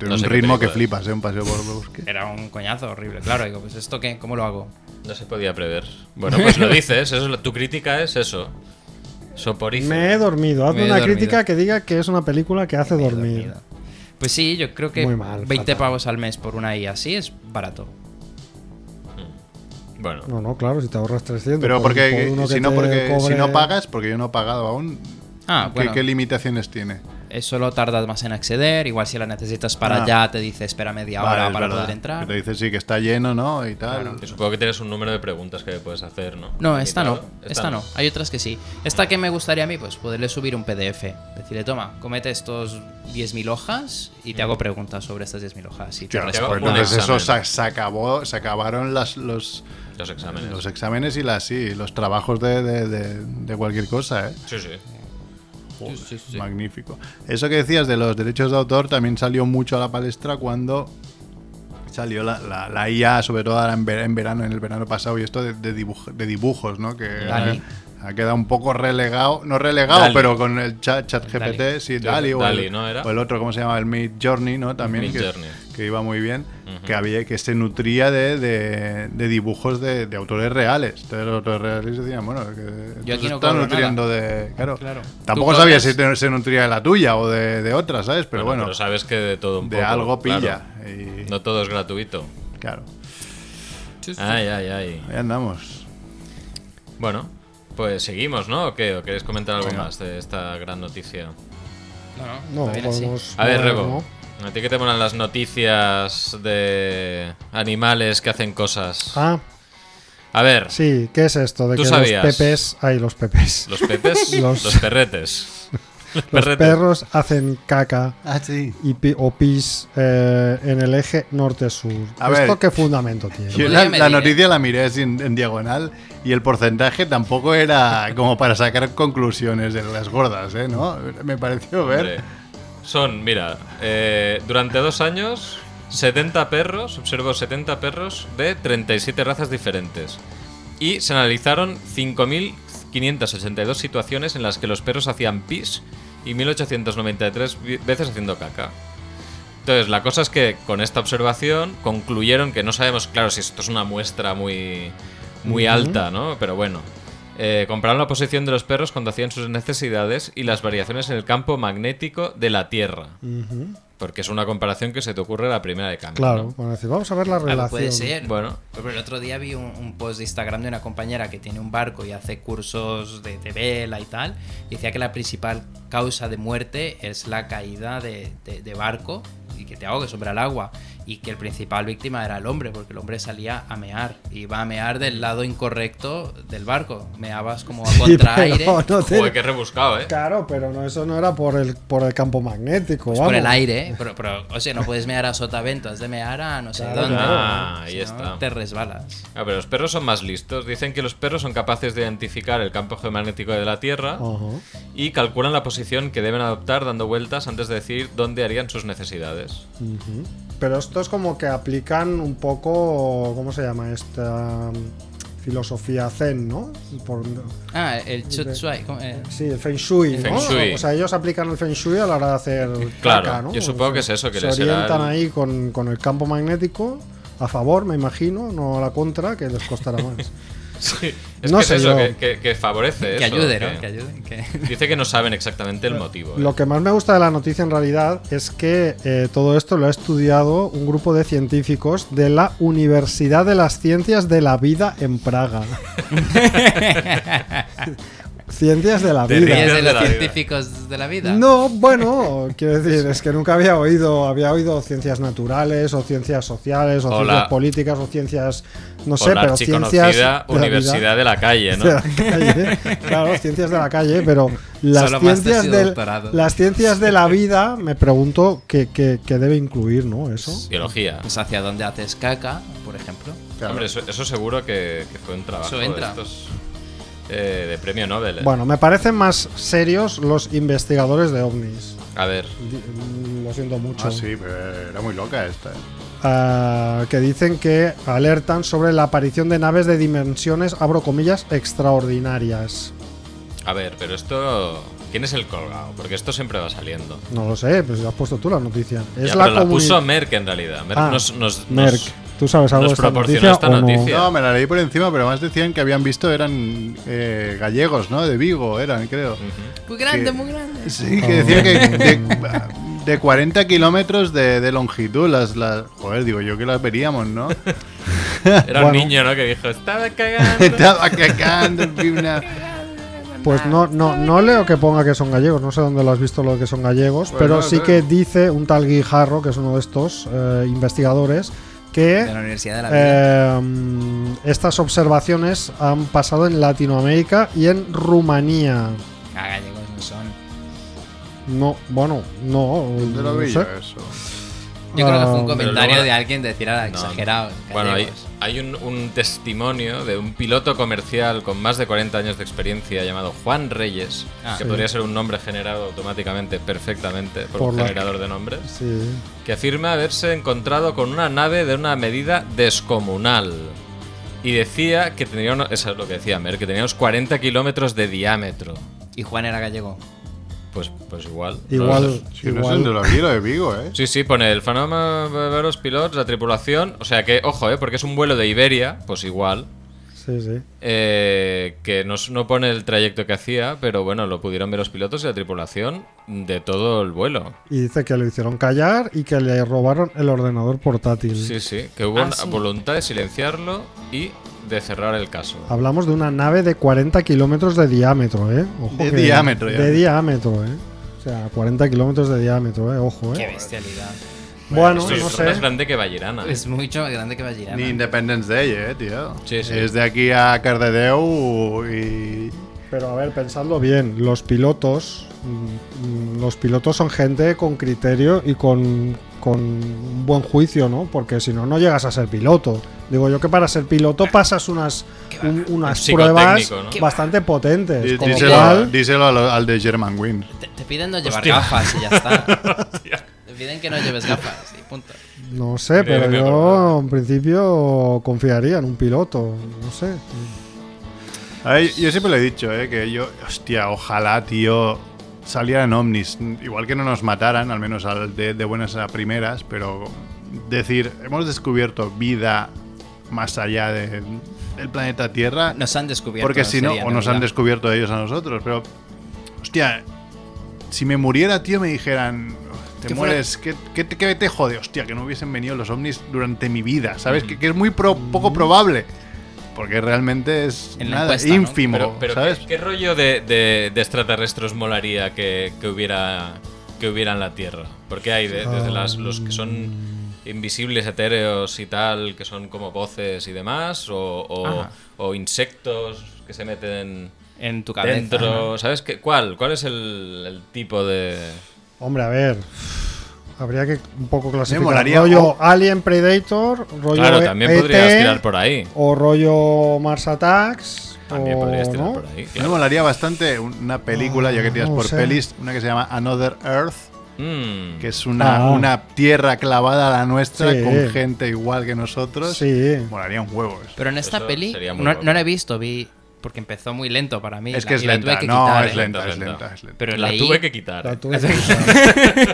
de
No
un
sé qué
ritmo que
película es.
flipas, ¿eh? Un paseo por el
<laughs>
bosque.
Era un coñazo horrible, claro. Digo, pues esto qué, ¿cómo lo hago?
No se podía prever. Bueno, pues lo dices, eso, es lo- tu crítica es eso. Soporice.
Me he dormido. Hazme
Me he
una
dormido.
crítica que diga que es una película que hace
Me he
dormir.
dormido. Pues sí, yo creo que
Muy mal,
20
fatal.
pavos al mes por una I así es barato.
Bueno,
No, no, claro, si te ahorras 300.
Pero
por- por
porque,
uno que
si, no,
te
porque si
cobre-
no pagas, porque yo no he pagado aún,
Ah,
¿qué,
bueno.
qué limitaciones tiene?
Eh, Solo tardas más en acceder, igual si la necesitas para
Ah.
ya te dice espera media
Vale,
hora
es
para
verdad.
poder entrar.
Que Te dice sí que está lleno, ¿no? Y tal.
y supongo que tienes un número de preguntas que puedes hacer, ¿no?
No, esta no,
¿Limitado?
esta no. Hay otras que sí. Esta que me gustaría a mí, pues poderle subir un PDF. Decirle, toma, comete estos 10.000 hojas y te hago preguntas sobre estas 10.000 hojas. Y te
Hostia,
te
respondo.
hago
pues
un
entonces eso
examen.
se, se acabó, se acabaron las, los,
Los exámenes.
los exámenes y las sí, los trabajos de, de- de- de cualquier cosa, ¿eh?
Sí, sí.
Joder, Magnífico. Eso que decías de los derechos de autor también salió mucho a la palestra cuando salió la, la- la IA, sobre todo ahora en, ver- en verano, en el verano pasado, y esto de, de dibuj- de dibujos, ¿no? Que
Dali.
ha, ha quedado un poco relegado, no relegado,
Dali.
pero con el chat,
Dali.
GPT, sí,
Sí,
Dali, o,
Dali,
el,
¿no era?
o el otro, ¿cómo se llama? El Mid Journey, ¿no? También que,
Midjourney.
que iba muy bien, que, había, que se nutría de, de- de dibujos de, de autores reales. Entonces los autores reales decían, bueno, que esto
aquí
se
no
está
cobro
nutriendo de... Claro,
Claro.
Tampoco
Tú
sabía
cobras-
si te- se nutría de la tuya o de, de otra, ¿sabes? Pero bueno,
Pero sabes que de todo un
de
poco.
algo
claro.
pilla. Y,
No todo es gratuito.
Claro,
Ah,
Ay, ay, ay.
ahí andamos.
Bueno, pues seguimos, ¿no? ¿O qué? ¿O queréis comentar algo
Venga.
más de esta gran noticia?
No, no,
No,
está bien así.
podemos-
A ver,
no,
Rebo,
no.
¿a ti qué te molan las noticias de animales que hacen cosas?
Ah,
A ver,
sí, ¿qué es esto? De
Tú
que
sabías.
los pepes. Ay, los pepes.
los pepes, los,
Los-
perretes. Los
<laughs> Los
perretes.
perros hacen caca
Ah, sí.
y pi- o pis eh, en el eje norte-sur.
A
¿Esto
ver.
qué fundamento tiene?
Yo
Podría
la, la
medir, ¿eh?
noticia la miré así en, en diagonal y el porcentaje tampoco era como para sacar conclusiones de las gordas, ¿eh? ¿No? Me pareció ver.
Hombre, Son, mira, eh, durante dos años, 70 perros, observo 70 perros de 37 razas diferentes. Y se analizaron 5.582 situaciones en las que los perros hacían pis y 1.893 vi- veces haciendo caca. Entonces, la cosa es que con esta observación concluyeron que no sabemos, claro, si esto es una muestra muy, muy alta, ¿no? Pero bueno, eh, compararon la posición de los perros cuando hacían sus necesidades y las variaciones en el campo magnético de la Tierra.
Ujú,
Porque es una comparación que se te ocurre a la primera de cambio.
Claro,
¿no?
bueno, decir, vamos a ver la
Algo
relación. <laughs>
puede ser.
Bueno.
Pero Pues el otro día vi un, un post de Instagram de una compañera que tiene un barco y hace cursos de, de vela y tal. Y decía que la principal causa de muerte es la caída de, de- de barco y que te ahogues sobre el agua. Y que el principal víctima era el hombre, porque el hombre salía a mear. Y va a mear del lado incorrecto del barco.
<laughs>
Meabas como a
Sí,
contraaire. pues
pero no te-
Joder, qué rebuscado, ¿eh?
Claro, pero no, eso no era por el, por el campo magnético.
Pues
vamos.
por el aire, pero, pero, o sea, no puedes mear a sotavento, has de mear a no sé
Claro,
dónde.
claro.
Ah, ahí
Si no,
está.
Te resbalas.
Ah, pero los perros son más listos. Dicen que los perros son capaces de identificar el campo geomagnético de la Tierra
Ajá.
y calculan la posición que deben adoptar dando vueltas antes de decir dónde harían sus necesidades.
Ujú. Pero esto es como que aplican un poco, ¿cómo se llama? Esta mm, filosofía zen, ¿no? Por-
Ah, el chut shuai, ¿cómo, eh?
sí, el feng shui, ¿no?
Feng shui.
O sea, ellos aplican el feng shui a la hora de hacer
Claro,
caca, ¿no?
yo supongo que es eso, que
se
les será
orientan
el-
ahí con, con el campo magnético a favor, me imagino, no a la contra, que les costará
<laughs>
más.
Sí, es
No
que es
sé
eso,
yo.
que, que- que favorece
Que
eso,
ayude,
que-
¿no? Que ayude.
<laughs>
que-
Dice que no saben exactamente el motivo. ¿eh?
Lo que más me gusta de la noticia en realidad es que eh, todo esto lo ha estudiado un grupo de científicos de la
<laughs>
Universidad de las Ciencias de la Vida en Praga. Ciencias de la
Te
vida.
ríes
¿Es de
de la
los
vida.
científicos de la vida?
No, bueno, quiero decir, es que nunca había oído, había oído ciencias naturales o ciencias sociales o
O
ciencias
la-
políticas o ciencias, no
o
sé,
la
pero ciencias de la
archiconocida
vida,
Universidad de la Calle, ¿no?
de la calle. claro, ciencias de la calle, pero las
Solo
ciencias
másteres y
del-
doctorados.
las ciencias de la vida, me pregunto qué qué- qué debe incluir, ¿no? <laughs> Eso.
Biología.
Pues hacia dónde haces caca, por ejemplo.
Claro.
Hombre, eso, eso seguro que, que fue un trabajo
Eso
de
entra.
estos, eh, de premio Nobel. ¿eh?
Bueno, me parecen más serios los investigadores de ovnis.
A ver,
Di- mm, Lo siento mucho.
Ah, sí, pero era muy loca esta. ¿eh?
Ah, que dicen que alertan sobre la aparición de naves de dimensiones, abro comillas, extraordinarias.
a ver, pero esto. ¿Quién es el colgado? Porque esto siempre va saliendo.
No lo sé, pues has puesto tú la noticia. Es
Ya,
la,
pero la
comuni-
puso Merck en realidad. Merck
Ah,
nos, nos-
Merck,
nos-
¿tú sabes algo
nos
de esta
proporcionó
noticia?
esta
o no?
noticia.
No, me la leí por encima, pero más decían que habían visto eran eh, gallegos, ¿no? De Vigo eran, creo.
Muy grande,
Que-
muy grande.
Sí, que decía que de, de 40 kilómetros de, de longitud las, las... Joder, digo yo que las
<laughs>
veríamos, ¿no?
Era
Bueno.
un niño, ¿no? Que
<laughs>
dijo, estaba cagando.
Estaba cagando en Pibna.
Pues no, no, no leo que ponga que son gallegos, no sé dónde lo has visto lo de que son gallegos,
Pues
pero
no,
sí
claro.
que dice un tal Guijarro, que es uno de estos eh, investigadores,
¿Eh?
que
De la Universidad de la Vida.
Eh, mm, estas observaciones han pasado en Latinoamérica y en Rumanía.
Ah, gallegos no son.
No, bueno, no.
¿Dónde lo
no
veía
sé.
eso?
Yo creo que fue
Ah,
un
Pero
comentario
luego-
de alguien decir ah,
No.
exagerado.
Bueno, hay,
gallegos".
hay un, un testimonio de un piloto comercial con más de 40 años de experiencia llamado Juan Reyes,
Ah.
que
Sí.
podría ser un nombre generado automáticamente, perfectamente, por,
Por
un
la-
generador de nombres,
Sí.
que afirma haberse encontrado con una nave de una medida descomunal. Y decía que tenía, uno- eso es lo que decía Mer, que tenía unos 40 kilómetros de diámetro.
Y Juan era gallego.
Pues, pues igual. no lo sé.
Igual,
Si no es
igual.
el de lo vi, lo de Vigo, ¿eh?
Sí, sí, pone el fenómeno de los pilotos, la tripulación. O sea que, ojo, ¿eh? porque es un vuelo de Iberia, pues igual.
Sí, sí.
eh, que no, s- no pone el trayecto que hacía, pero bueno, lo pudieron ver los pilotos y la tripulación de todo el vuelo.
Y dice que lo hicieron callar y que le robaron el ordenador portátil.
Sí, sí, que hubo
Ah,
una
sí.
voluntad de silenciarlo y de cerrar el caso.
Hablamos de una nave de 40 kilómetros de diámetro, ¿eh? Ojo
De diámetro, ya.
De diámetro, ¿eh? O sea, 40 kilómetros de diámetro, ¿eh? Ojo,
Qué
¿eh?
bestialidad.
Bueno,
Esto es
no
más
sé.
grande que Vallerana. ¿eh?
Es mucho más grande que Vallirana.
Ni Independence Day, ¿eh, tío?
Sí, sí.
Es de aquí a Cardedeu y...
Pero a ver, pensadlo bien, los pilotos, mm, mm, los pilotos son gente con criterio y con, con un buen juicio, ¿no? Porque si no, no llegas a ser piloto. Digo yo que para ser piloto pasas unas, un- unas
Un
pruebas
psicotécnico, ¿no? Qué
bastante potentes.
Dí-
Con lo
Díselo,
cual,
díselo al, al de German Wings.
Te, te piden no llevar
Hostia.
gafas y ya está.
<laughs>
te piden que no lleves gafas y punto.
no sé,
Mira,
pero
me
yo
acordaba.
en principio confiaría en un piloto, no sé.
A ver, yo siempre lo he dicho, ¿eh? Que yo, hostia, ojalá, tío, salieran ovnis. Igual que no nos mataran, al menos al de, de buenas a primeras, pero decir, hemos descubierto vida más allá de- del planeta Tierra.
Nos han descubierto.
porque si no,
sería,
o
en
nos han
realidad.
descubierto ellos a nosotros, pero, hostia, si me muriera, tío, me dijeran... Te
Que fuera-
mueres, ¿qué, qué, te- qué te jode? Hostia, que no hubiesen venido los ovnis durante mi vida,
Mm.
¿sabes? Que, que es muy pro- poco probable. Porque realmente es
En la
nada,
encuesta, ¿no?
ínfimo,
Pero, pero
¿sabes?
¿qué, qué rollo de, de- de extraterrestres molaría que, que hubiera que hubiera en la Tierra? Porque hay de- desde las, los que son invisibles, etéreos y tal, que son como voces y demás, o, o-
Ajá.
o insectos que se meten
En tu cabeza.
dentro.
¿no?
¿Sabes qué? ¿Cuál? ¿Cuál es el, el tipo de...?
Hombre, a ver. Habría que un poco clasificar.
molaría-
Rollo
o-
Alien Predator, rollo
Claro, también
ET,
podrías tirar por ahí.
O rollo Mars Attacks.
También
o,
podrías tirar
¿no?
por ahí,
Me
claro.
molaría bastante una película, ya que tiras
no
por
sé.
pelis, una que se llama Another Earth,
Mm.
que es una,
Ah.
una tierra clavada a la nuestra
Sí.
con gente igual que nosotros.
Sí.
Molaría un huevo eso.
Pero en esta
Eso
peli
sería muy
no,
loco.
no la he visto, vi. Porque empezó muy lento para mí.
Es
la-
que es
y la
lenta,
tuve que
no,
quitar,
es
¿eh?
lenta,
Lenta,
es
lenta.
lenta, es lenta.
Pero
la
leí-
tuve que quitar.
La
eh. <laughs>
tuve que-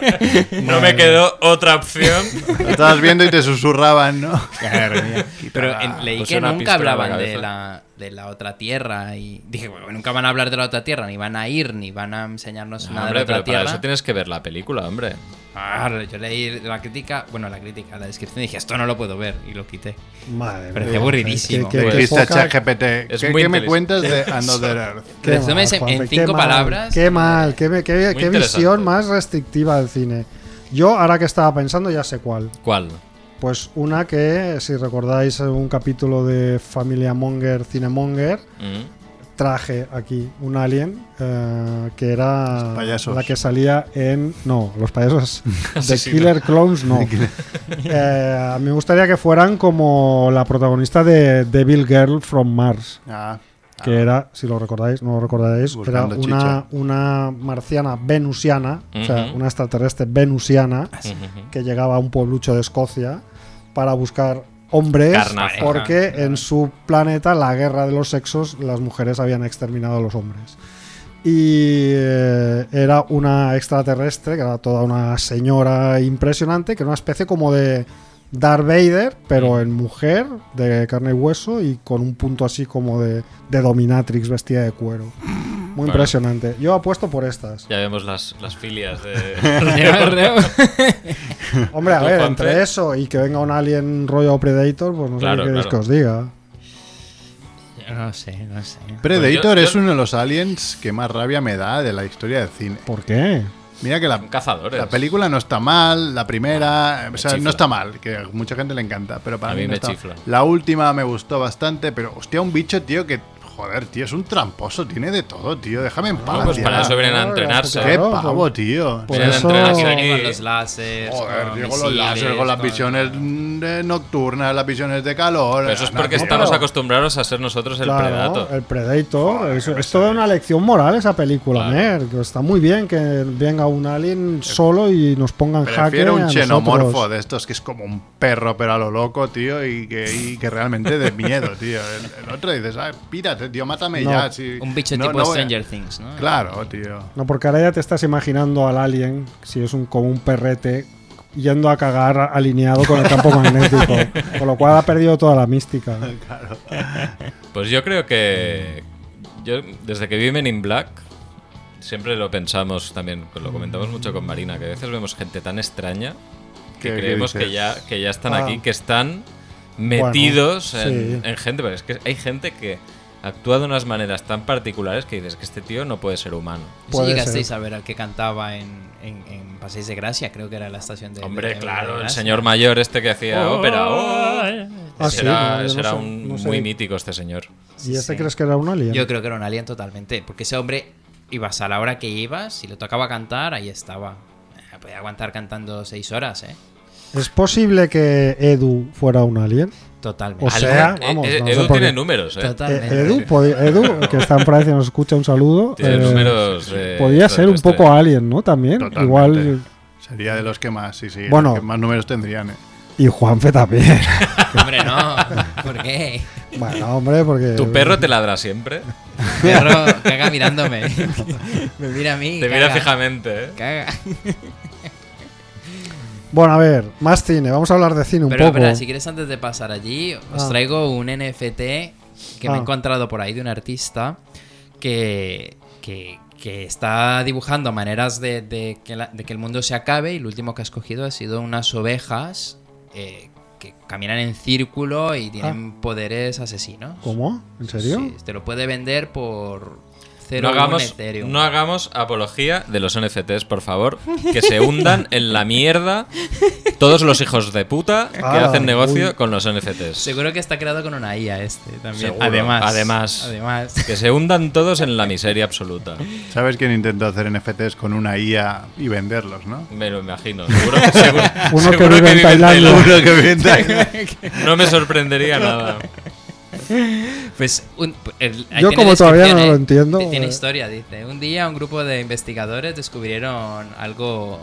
No me quedó
<laughs>
otra opción.
Lo estabas viendo y te susurraban, ¿no? Madre mía,
Pero
quítala.
en- leí
Puse
que
una
nunca
pistola en la
hablaban de
cabeza.
la, de la otra tierra y dije, bueno, nunca van a hablar de la otra tierra, ni van a ir, ni van a enseñarnos nada
hombre,
de la
pero
otra
para
tierra.
eso tienes que ver la película, hombre.
"Ah", yo leí la crítica, bueno, la crítica, la descripción, y dije, esto no lo puedo ver, y lo quité.
Madre
Pero
mía.
qué aburridísimo.
Qué- qué-
Pues-
qué
Dijiste a
poca-
ChatGPT,
Es
¿qué,
muy
qué me
inteligente. <laughs>
cuentas de Another Earth?
qué
Resumes
mal,
en- en
Juanfe, qué
cinco
mal,
palabras.
Qué
<laughs>
mal, qué, me- qué- qué
interesante.
visión más restrictiva del cine. Yo ahora que estaba pensando ya sé cuál.
¿Cuál?
Pues una que, si recordáis un capítulo de Familia Monger, Cinemonger,
Mm.
traje aquí un alien eh, que era
Los payasos.
la que salía en... No, los
<laughs>
payasos de
Asesino.
Killer Clones no. Eh, a mí me gustaría que fueran como la protagonista de Devil Girl from Mars,
Ah,
Pues
que era, si lo recordáis, no lo recordáis, era
Buscando
una, una marciana venusiana, o sea,
Ujú.
una extraterrestre venusiana
Ujú.
que llegaba a un pueblucho de Escocia para buscar hombres
Carnaza.
porque en su planeta la guerra de los sexos las mujeres habían exterminado a los hombres y eh, era una extraterrestre que era toda una señora impresionante que era una especie como de Darth Vader pero en mujer de carne y hueso y con un punto así como de, de dominatrix vestida de cuero muy impresionante yo apuesto por estas
Ya vemos las, las filias
<laughs>
de...
Hombre, a
¿Tú,
ver,
Juanfe?
entre eso y que venga un alien rollo Predator, pues no sé
Claro,
qué queréis
claro.
que os diga.
Yo no sé, no sé.
Predator
Pues yo-
es
yo-
uno de los aliens que más rabia me da de la historia del cine.
¿Por qué?
Mira que la,
Son cazadores.
la película no está mal, la primera, o sea,
chifla.
no está mal, que a mucha gente le encanta, pero para
A
mí,
mí
no
me
está-
chifla.
La última me gustó bastante, pero hostia, un bicho, tío, que joder, tío, es un tramposo, tiene de todo, tío, déjame en paz.
No, pues
ya.
para eso pues vienen a
Claro,
entrenarse.
Qué
Claro,
pavo,
por-
tío.
por
Vienen a
eso-
entrenarse
Aquí
Con
aquí.
los láseres.
Joder,
con
tío, con los
misiles,
láser, con las
con-
visiones eh, nocturnas, las visiones de calor.
Pero eso es
nada,
porque
tío.
estamos acostumbrados a ser nosotros el
claro,
predato.
el Predator. es, es toda una lección moral esa película,
Claro. Eh,
Mer, que Está muy bien que venga un alien solo y nos pongan jaque.
Prefiero un
a
xenomorfo
nosotros.
de estos que es como un perro, pero a lo loco, tío, y que, y que realmente de miedo, <laughs> tío. El, el otro dices, ah, pírate, tío, mátame
No,
ya. sí.
Un bicho
No,
tipo
no eh. voy a-
Stranger Things, ¿no?
Claro, tío.
No, porque ahora ya te estás imaginando al alien, si es un, como un perrete, yendo a cagar alineado con el
<laughs>
campo magnético. con lo cual ha perdido toda la mística.
Pues yo creo que. Yo, desde que vi Men in Black, siempre lo pensamos también, lo comentamos mucho con Marina, que a veces vemos gente tan extraña que
¿Qué- qué
creemos que
dices?
ya, que ya están
Ah.
aquí, que están metidos
Bueno,
en,
sí.
en gente. Pero es que hay gente que actúa de unas maneras tan particulares que dices que este tío no puede ser humano.
Si
Puede
llegasteis
ser.
a ver al que cantaba en, en, en Paseis de Gracia, creo que era la estación de. de-
Hombre,
de
claro, el
Gracia.
señor mayor este que hacía ópera. ¡oh!
Ah,
Ese
sí,
era,
no, yo
ese
no
era
sé-
un
no sé
muy
de-
mítico este señor.
¿Y este
sí.
crees que era un alien?
Yo creo que era un alien totalmente, porque ese hombre ibas a la hora que ibas, si le tocaba cantar, ahí estaba. Eh, Podía aguantar cantando seis horas, ¿eh?
¿Es posible que Edu fuera un alien? Eh,
Totalmente.
O sea,
Alguna-
vamos,
eh,
no
eh,
sé
Edu
por
tiene
qué.
números, ¿eh?
Eh,
Totalmente.
Edu, pod- Edu, que está en Francia, nos escucha un saludo.
<laughs> Tiene
eh,
números. eh,
podría ser un poco alien, ¿no? También.
Totalmente.
Igual.
Sería de los que más, sí, sí. los
Bueno.
que más números tendrían. eh.
Y Juanfe también. <laughs>
<laughs> Hombre, no. ¿Por qué?
bueno, hombre, porque.
Tu perro te ladra siempre.
Perro, caga mirándome.
<laughs>
<laughs> Me mira a mí.
Te mira
caga.
fijamente, ¿eh?
Caga.
Bueno, a ver, más cine. Vamos a hablar de cine un
Pero,
poco.
espera, si quieres antes de pasar allí, os
Ah.
traigo un NFT que me
Ah.
he encontrado por ahí de un artista que, que, que está dibujando maneras de, de que la- de que el mundo se acabe y lo último que ha escogido ha sido unas ovejas eh, que caminan en círculo y tienen poderes asesinos.
Ah. ¿Cómo? ¿En serio?
Sí, te lo puede vender por
No
cero
hagamos,
Ethereum.
no hagamos apología de los NFTs, por favor. Que se
<laughs>
hundan en la mierda todos los hijos de puta que
Ah,
hacen negocio
uy.
con los NFTs.
Seguro que está creado con una IA este también.
Seguro.
Además.
Además.
Además.
Que se hundan todos en la miseria absoluta.
¿Sabes quién intentó hacer NFTs con una IA y venderlos, no?
Me lo imagino. Seguro,
<laughs>
seguro-
Uno
seguro
que vive en Tailandia.
Seguro que venta.
No me sorprendería nada.
Pues un- el- ahí
Yo
tiene
como todavía no lo
descripciones.
entiendo,
Ti- Tiene
eh.
historia, dice. Un día un grupo de investigadores descubrieron algo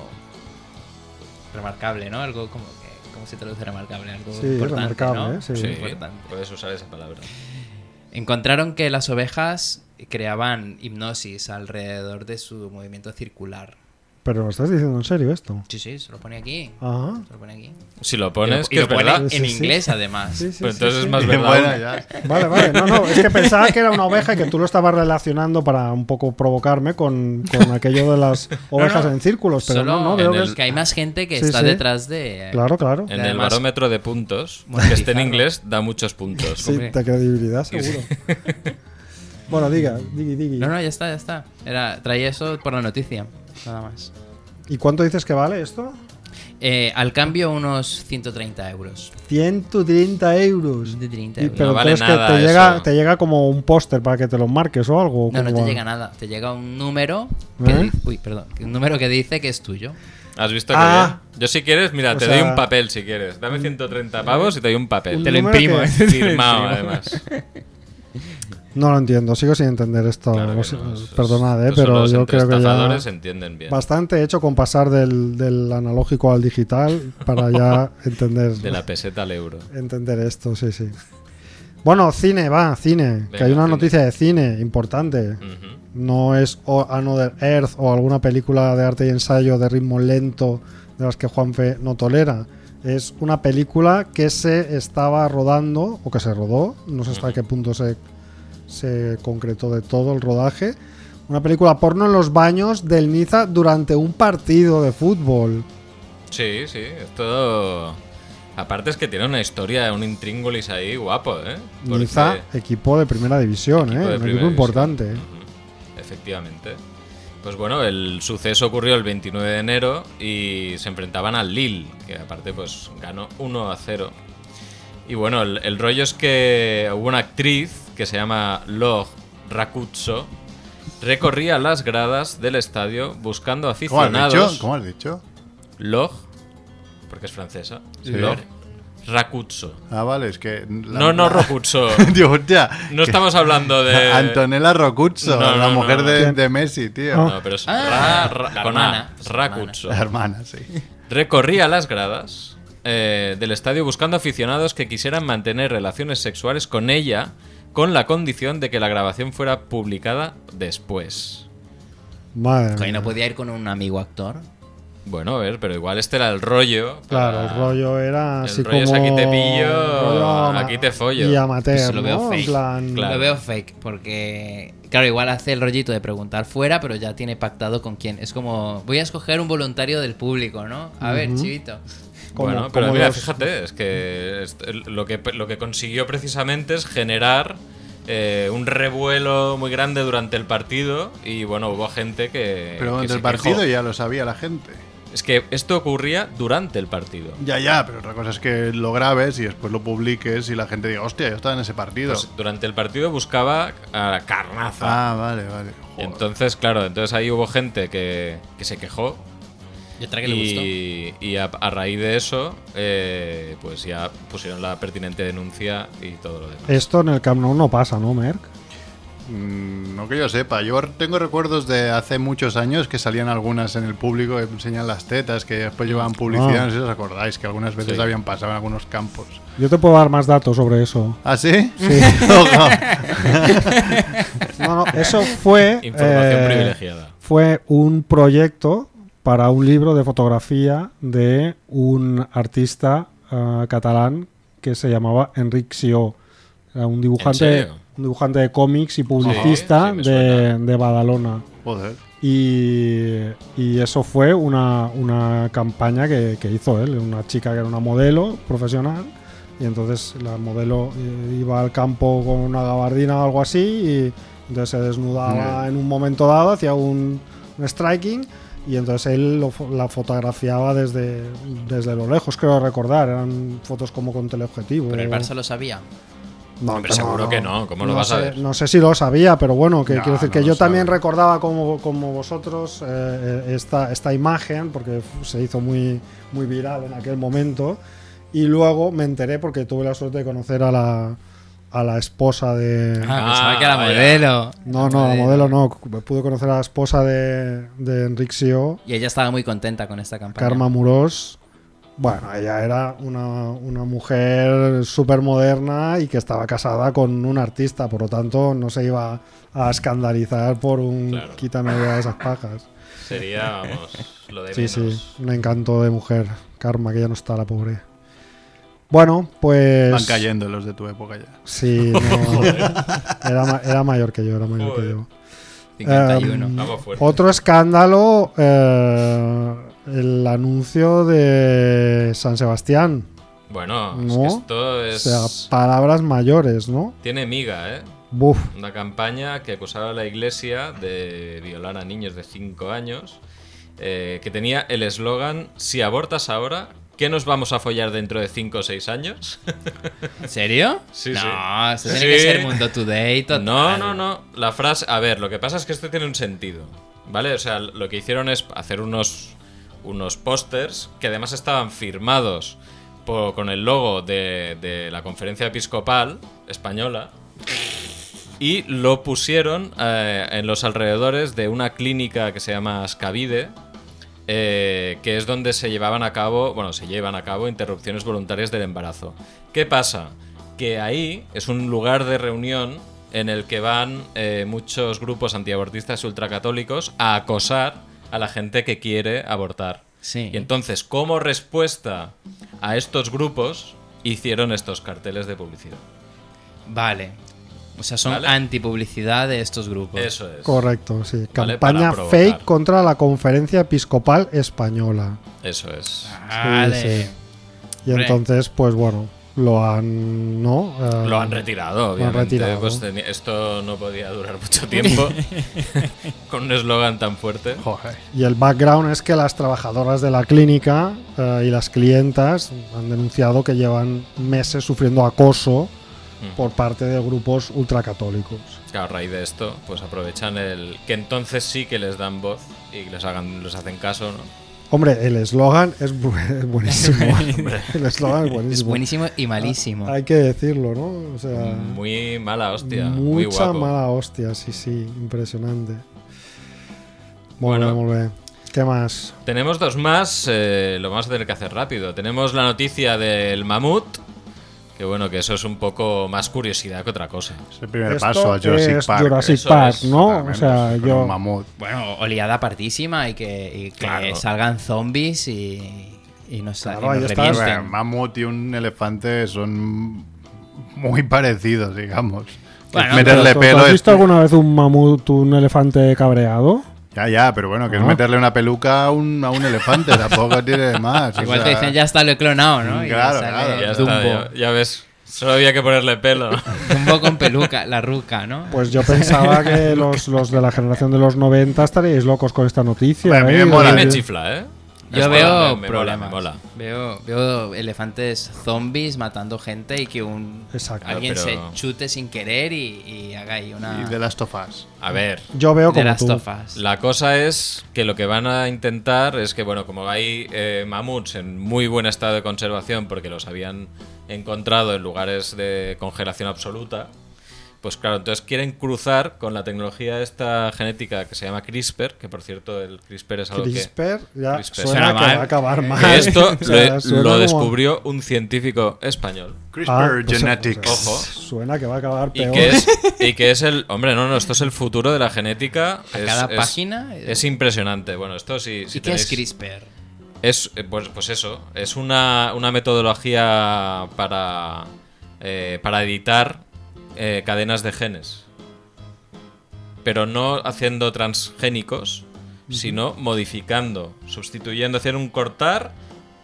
remarcable, ¿no? Algo como que... ¿Cómo se traduce remarcable? Algo
Sí,
importante,
remarcable,
¿no?
¿eh? Sí.
Sí,
Importante.
puedes usar esa palabra.
Encontraron que las ovejas creaban hipnosis alrededor de su movimiento circular.
Pero lo estás diciendo en serio esto.
Sí, sí, se lo pone aquí.
Ajá.
Se lo pone aquí.
Si lo
Y lo-
pones,
y
que
lo
es
pone
verdad.
Sí,
en
sí, sí.
inglés, además.
Sí, sí,
Pues
sí,
entonces
sí.
es
<laughs>
más verdad.
Bueno,
aún.
ya.
Vale, vale. No, no, es que pensaba que era una oveja y que tú lo estabas relacionando para un poco provocarme con,
<laughs>
con aquello de las ovejas en círculos. Pues, Pero
Solo
no, no,
en
veo que
el-
es-
que hay más gente que
Sí,
está
sí.
detrás de.
Claro, claro.
En el
Además-
barómetro de puntos, que esté en
Monetizarlo.
inglés, da muchos puntos.
Sí,
hombre.
de credibilidad, seguro. <laughs> bueno, diga, digui, digui.
No, no, ya está, ya está. Era, traía eso por la noticia, nada más.
¿Y cuánto dices que vale esto?
Eh, al cambio, unos 130 euros.
130 euros.
130
Y-
euros.
pero
No vale
entonces que
nada
te
eso.
llega, te llega como un póster para que te lo marques o algo.
No, no te
como-
llega nada. Te llega un número. Que
¿Eh?
di- Uy, perdón. Un número que dice que es tuyo.
¿Has visto que
Ah.
bien? Yo si quieres, mira,
O
te
sea-
doy un papel si quieres. Dame 130 pavos y te doy un papel.
Un
Te
Te
lo <laughs>
lo
número
imprimo.
que-
¿eh? Te
<laughs>
lo
firmado,
imprimo.
además.
No lo entiendo, sigo sin entender esto.
Claro que
lo si-
no, eso
Perdonad,
es-
eh,
eso
pero
los
yo
entre
creo que ya.
estafadores entienden bien.
Bastante hecho con pasar del, del analógico al digital para
<laughs>
ya entender,
De la peseta al euro.
entender esto, sí, sí. Bueno, cine, va, cine. que
Venga,
hay una
cine.
noticia de cine importante.
Ujú.
No es o- Another Earth o alguna película de arte y ensayo de ritmo lento de las que Juanfe no tolera. Es una película que se estaba rodando o que se rodó, no sé hasta qué punto se, se concretó de todo el rodaje. Una película porno en los baños del Niza durante un partido de fútbol.
Sí, sí, es todo... Aparte es que tiene una historia, un intríngulis ahí guapo, ¿eh? Porque-
Niza, equipo de primera división,
Equipo
¿eh?
de
un
primera
equipo
división.
importante. ¿eh?
Ujú, Efectivamente. Pues bueno, el suceso ocurrió el 29 de enero y se enfrentaban al Lille, que aparte pues ganó 1 a 0. Y bueno, el, el rollo es que hubo una actriz que se llama Log Racuzzo, recorría las gradas del estadio buscando
¿Cómo has dicho?
aficionados.
¿Cómo has dicho?
Log, porque es francesa.
Sí.
Log Racuzzo.
Ah, vale, es que. la-
No,
<laughs>
no,
la-
Rocuzzo.
Digo, hostia.
No
que-
estamos hablando de...
<laughs> Antonella Rocuzzo,
No,
la
no,
mujer
no.
de, de Messi, tío.
No, pero es Ra-
Ah,
Ra-
la
con
hermana.
A, Racuzzo.
La hermana, sí.
Eh, Recorría las gradas eh, del estadio buscando aficionados que quisieran mantener relaciones sexuales con ella con la condición de que la grabación fuera publicada después.
Madre
Coño,
mía.
no podía ir con un amigo actor.
Bueno, a ver, pero igual este era el rollo. para-
Claro, el rollo era
Ah, El
así
rollo es
como.
aquí te pillo,
rollo ama-
aquí te follo.
Y amateur,
Pues lo veo
¿no? En
fake.
plan.
Claro.
Lo veo fake, porque. Claro, igual hace el rollito de preguntar fuera, pero ya tiene pactado con quién. Es como. Voy a escoger un voluntario del público, ¿no? A ver,
Ujú.
chivito.
Como-
bueno, pero
como
mira,
los-
fíjate, es que, est- lo que lo que consiguió precisamente es generar eh, un revuelo muy grande durante el partido y bueno, hubo gente que...
Pero
que
durante
se
el partido
quejó.
ya lo sabía la gente.
Es que esto ocurría durante el partido.
Ya, ya, pero otra cosa es que lo grabes y después lo publiques y la gente diga, hostia, yo estaba en ese partido.
Pues durante el partido buscaba a la carnaza.
ah, vale, vale. Joder.
entonces, claro, entonces ahí hubo gente que, que se quejó
Y otra que le gustó.
y, y a, a raíz de eso, eh, pues ya pusieron la pertinente denuncia y todo lo demás.
Esto en el Camp Nou no pasa, ¿no, Merck?
Mm, No que yo sepa, yo tengo recuerdos de hace muchos años que salían algunas en el público que enseñan las tetas, que después llevaban publicidad,
Ah.
no sé si os acordáis, que algunas veces
Sí.
habían pasado en algunos campos.
Yo te puedo dar más datos sobre
<laughs>
eso.
¿Ah, sí?
Sí.
Ojo.
<laughs> No, no, eso fue.
Información
eh,
privilegiada.
Fue un proyecto para un libro de fotografía de un artista ah, catalán que se llamaba Enric Sió. Era un dibujante,
serio?
un dibujante de cómics y publicista
sí
de,
me suena.
de Badalona.
Joder.
Y, y eso fue una, una campaña que, que hizo él, una chica que era una modelo profesional. Y entonces la modelo eh, iba al campo con una gabardina o algo así. Y entonces se desnudaba en un momento dado, hacía un, un striking. Y entonces él lo fo- la fotografiaba desde, desde lo lejos, creo recordar. Eran fotos como con teleobjetivo.
Pero el Barça lo sabía.
No,
Hombre, seguro que no, ¿cómo lo vas
sé,
a ver?
No sé si lo sabía, pero bueno, que
No,
quiero decir
no
que
lo
yo
sabe.
también recordaba como, como vosotros eh, eh, esta, esta imagen, porque se hizo muy, muy viral en aquel momento. Y luego me enteré porque tuve la suerte de conocer a la, a la esposa de.
Ah, pensaba que era
vaya.
modelo.
No, no, la modelo no. Pude conocer a la esposa de, de Enric Sió,
Y ella estaba muy contenta con esta campaña.
Karma Murós. Bueno, ella era una, una mujer súper moderna y que estaba casada con un artista, por lo tanto no se iba a escandalizar por un
Claro.
quítame de esas pajas.
Sería, vamos, lo de
Sí, sí,
menos.
un encanto de mujer. Karma, que ya no está la pobre. Bueno, pues.
Van cayendo los de tu época ya.
Sí,
<laughs>
no. era, ma- era mayor que yo, era mayor
Joder. Pues
que yo.
51.
Em,
Vamos fuerte.
Otro escándalo, eh, el anuncio de San Sebastián.
Bueno, es
No,
que esto es...
O sea, palabras mayores, ¿no?
Tiene miga, ¿eh?
Buf.
Una campaña que acusaba a la iglesia de violar a niños de 5 años, eh, que tenía el eslogan, si abortas ahora, ¿qué nos vamos a follar dentro de 5 o 6 años?
¿En serio?
Sí,
no,
sí.
eso tiene que
Sí.
ser Mundo Today. Total.
No, no, no. La frase. A ver, lo que pasa es que esto tiene un sentido. ¿Vale? O sea, lo que hicieron es hacer unos. unos pósters que además estaban firmados po- con el logo de, de la conferencia episcopal española. Y lo pusieron eh, en los alrededores de una clínica que se llama Ascavide. eh, que es donde se llevaban a cabo, bueno, se llevan a cabo interrupciones voluntarias del embarazo. ¿Qué pasa? Que ahí es un lugar de reunión en el que van eh, muchos grupos antiabortistas y ultracatólicos a acosar a la gente que quiere abortar.
Sí.
Y entonces, como respuesta a estos grupos, hicieron estos carteles de publicidad.
Vale. O sea, son
Vale.
antipublicidad de estos grupos.
Eso es.
Correcto, sí.
Vale,
Campaña
para provocar.
fake contra la Conferencia Episcopal Española.
Eso es.
Vale.
Sí, sí. Y
Hombre.
entonces, pues bueno, lo han. ¿No? Eh,
Lo han retirado,
lo han
obviamente.
retirado.
Pues tenía- esto no podía durar
<laughs>
mucho tiempo con un eslogan tan fuerte.
Joder.
Y el background es que las trabajadoras de la clínica eh, y las clientas han denunciado que llevan meses sufriendo acoso
Mm.
por parte de grupos ultracatólicos.
Claro, a raíz de esto, pues aprovechan el que entonces sí que les dan voz y les hagan, les hacen caso, ¿no?
Hombre, el eslogan es bu- es <laughs> buenísimo.
<laughs>
el eslogan es buenísimo.
Es buenísimo y malísimo.
Hay que decirlo, ¿no? O sea,
Muy mala hostia, muy
Ah. mucha
guapo.
mala hostia, sí, sí, impresionante. Bueno,
Bueno.
muy bien. ¿Qué más?
Tenemos dos más, eh, lo vamos a tener que hacer rápido. Tenemos la noticia del mamut, que bueno, que eso es un poco más curiosidad que otra cosa.
Es el primer
Esto
paso a Jurassic
es
Park.
Jurassic
Eso
Park,
es,
¿no? O
Totalmente,
sea,
es con
yo.
un mamut.
Bueno, oleada partísima y que, y que
Claro.
salgan zombies y, y nos,
Claro,
y nos
ahí está.
A
revienten.
ver, mamut y un elefante son muy parecidos, digamos.
Ah,
Bueno,
Es meterle
¿Tú- tú
pelo este.
¿Has
es-
visto alguna vez un mamut, un elefante cabreado?
Ya, ya, pero bueno, que
Ah.
es meterle una peluca a un, a un elefante, tampoco <laughs> tiene más. o
Igual
sea,
te dicen ya está lo he clonado, ¿no? Y ya
Claro,
sale
Ah,
claro.
Ya está,
Dumbo.
ya, ya ves, solo había que
<laughs>
ponerle pelo. ¿no?
Dumbo con peluca, la ruca, ¿no?
Pues yo pensaba
<laughs>
que los, los de la generación de los 90 estaríais locos con esta noticia.
Hombre, a mí
¿eh?
me
A
mola.
mí me
Yo-
chifla, ¿eh?
Yo
Esto
veo
me- me mola, me
problemas.
mola.
Veo, veo elefantes zombies matando gente y que un
Exacto,
alguien
pero-
se chute sin querer y, y haga ahí una
Y de las tofas.
A ver,
Yo veo
de
como
las
tú.
tofas.
La cosa es que lo que van a intentar es que, bueno, como hay eh, mamuts en muy buen estado de conservación porque los habían encontrado en lugares de congelación absoluta, pues claro, entonces quieren cruzar con la tecnología esta genética que se llama CRISPR, que por cierto el CRISPR es algo que...
CRISPR ya
CRISPR.
suena
Suena
que
mal.
va a acabar mal.
que esto
<laughs> O sea,
lo-
suena
lo
como-
descubrió un científico español.
CRISPR
Ah, o sea,
Genetics.
o sea,
Ojo.
Suena que va a acabar
Y
peor.
que, es,
<laughs>
y que es el. Hombre, no, no, esto es el futuro de la genética.
A
es,
cada
es-
página, eh.
Es impresionante. Bueno, esto sí.
¿Y qué es CRISPR?
Es, eh, pues, pues eso, es una, una metodología para, eh, para editar eh, cadenas de genes. Pero no haciendo transgénicos, sino modificando, sustituyendo, hacer un cortar,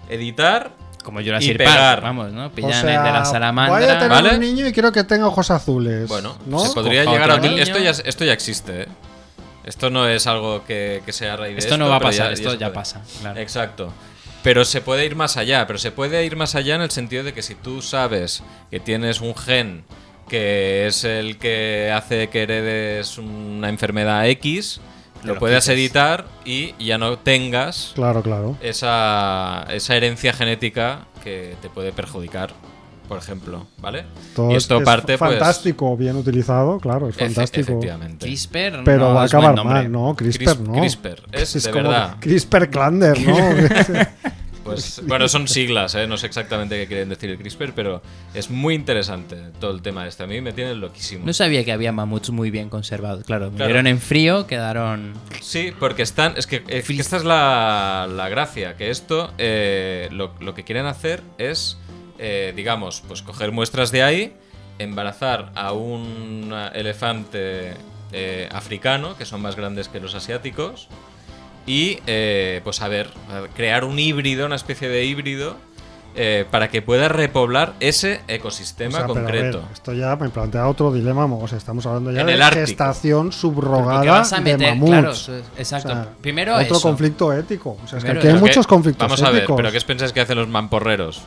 editar.
Como Jurassic
pegar.
Park, vamos, ¿no? Pillan
O sea,
el de la salamandra.
Voy a tener
¿vale?
un niño y quiero que tenga ojos azules.
Bueno,
¿no?
se podría
Coja
llegar a.
otro
util-
niño.
Esto ya, esto ya existe, ¿eh? Esto no es algo que, que sea a raíz de
Esto no va a
pero
pasar, esto
se
ya
puede.
pasa, claro.
Exacto. Pero se puede ir más allá, pero se puede ir más allá en el sentido de que si tú sabes que tienes un gen que es el que hace que heredes una enfermedad X, lo,
lo
puedas
quites.
editar y ya no tengas
Claro, claro.
esa, esa herencia genética que te puede perjudicar, por ejemplo, ¿vale?
Todo
y esto
es- es
parte pues
fantástico, bien utilizado, claro, es
efe-
fantástico.
efectivamente.
CRISPR
Pero
no
va a
es buen
acabar
nombre.
mal, ¿no? CRISPR, <laughs>
Cris-
¿no.
<laughs>
<laughs>
CRISPR, es de verdad.
CRISPR Clander, ¿no?
Pues, bueno, son siglas, ¿eh? no sé exactamente qué quieren decir el CRISPR, pero es muy interesante todo el tema este. A mí me tiene loquísimo.
No sabía que había mamuts muy bien conservados. Claro,
Claro.
murieron en frío, quedaron.
Sí, porque están. Es que, es que esta es la, la gracia, que esto eh, lo, lo que quieren hacer es, eh, digamos, pues coger muestras de ahí, embarazar a un eh, elefante eh, africano, que son más grandes que los asiáticos, y eh, pues a ver, a ver, crear un híbrido, una especie de híbrido, eh, para que pueda repoblar ese
O
ecosistema
sea, pero a ver,
concreto.
esto ya me plantea otro dilema. O sea, estamos hablando ya
En
de
el Ártico.
gestación subrogada
Porque vas a
de
meter,
mamuts.
claro, eso
O
es- exacto.
sea,
Primero
otro
eso.
conflicto ético. O sea, es que
Primero
aquí hay
Pero
eso.
que-
muchos conflictos
Vamos a ver,
éticos.
pero ¿qué os pensáis que hacen los mamporreros?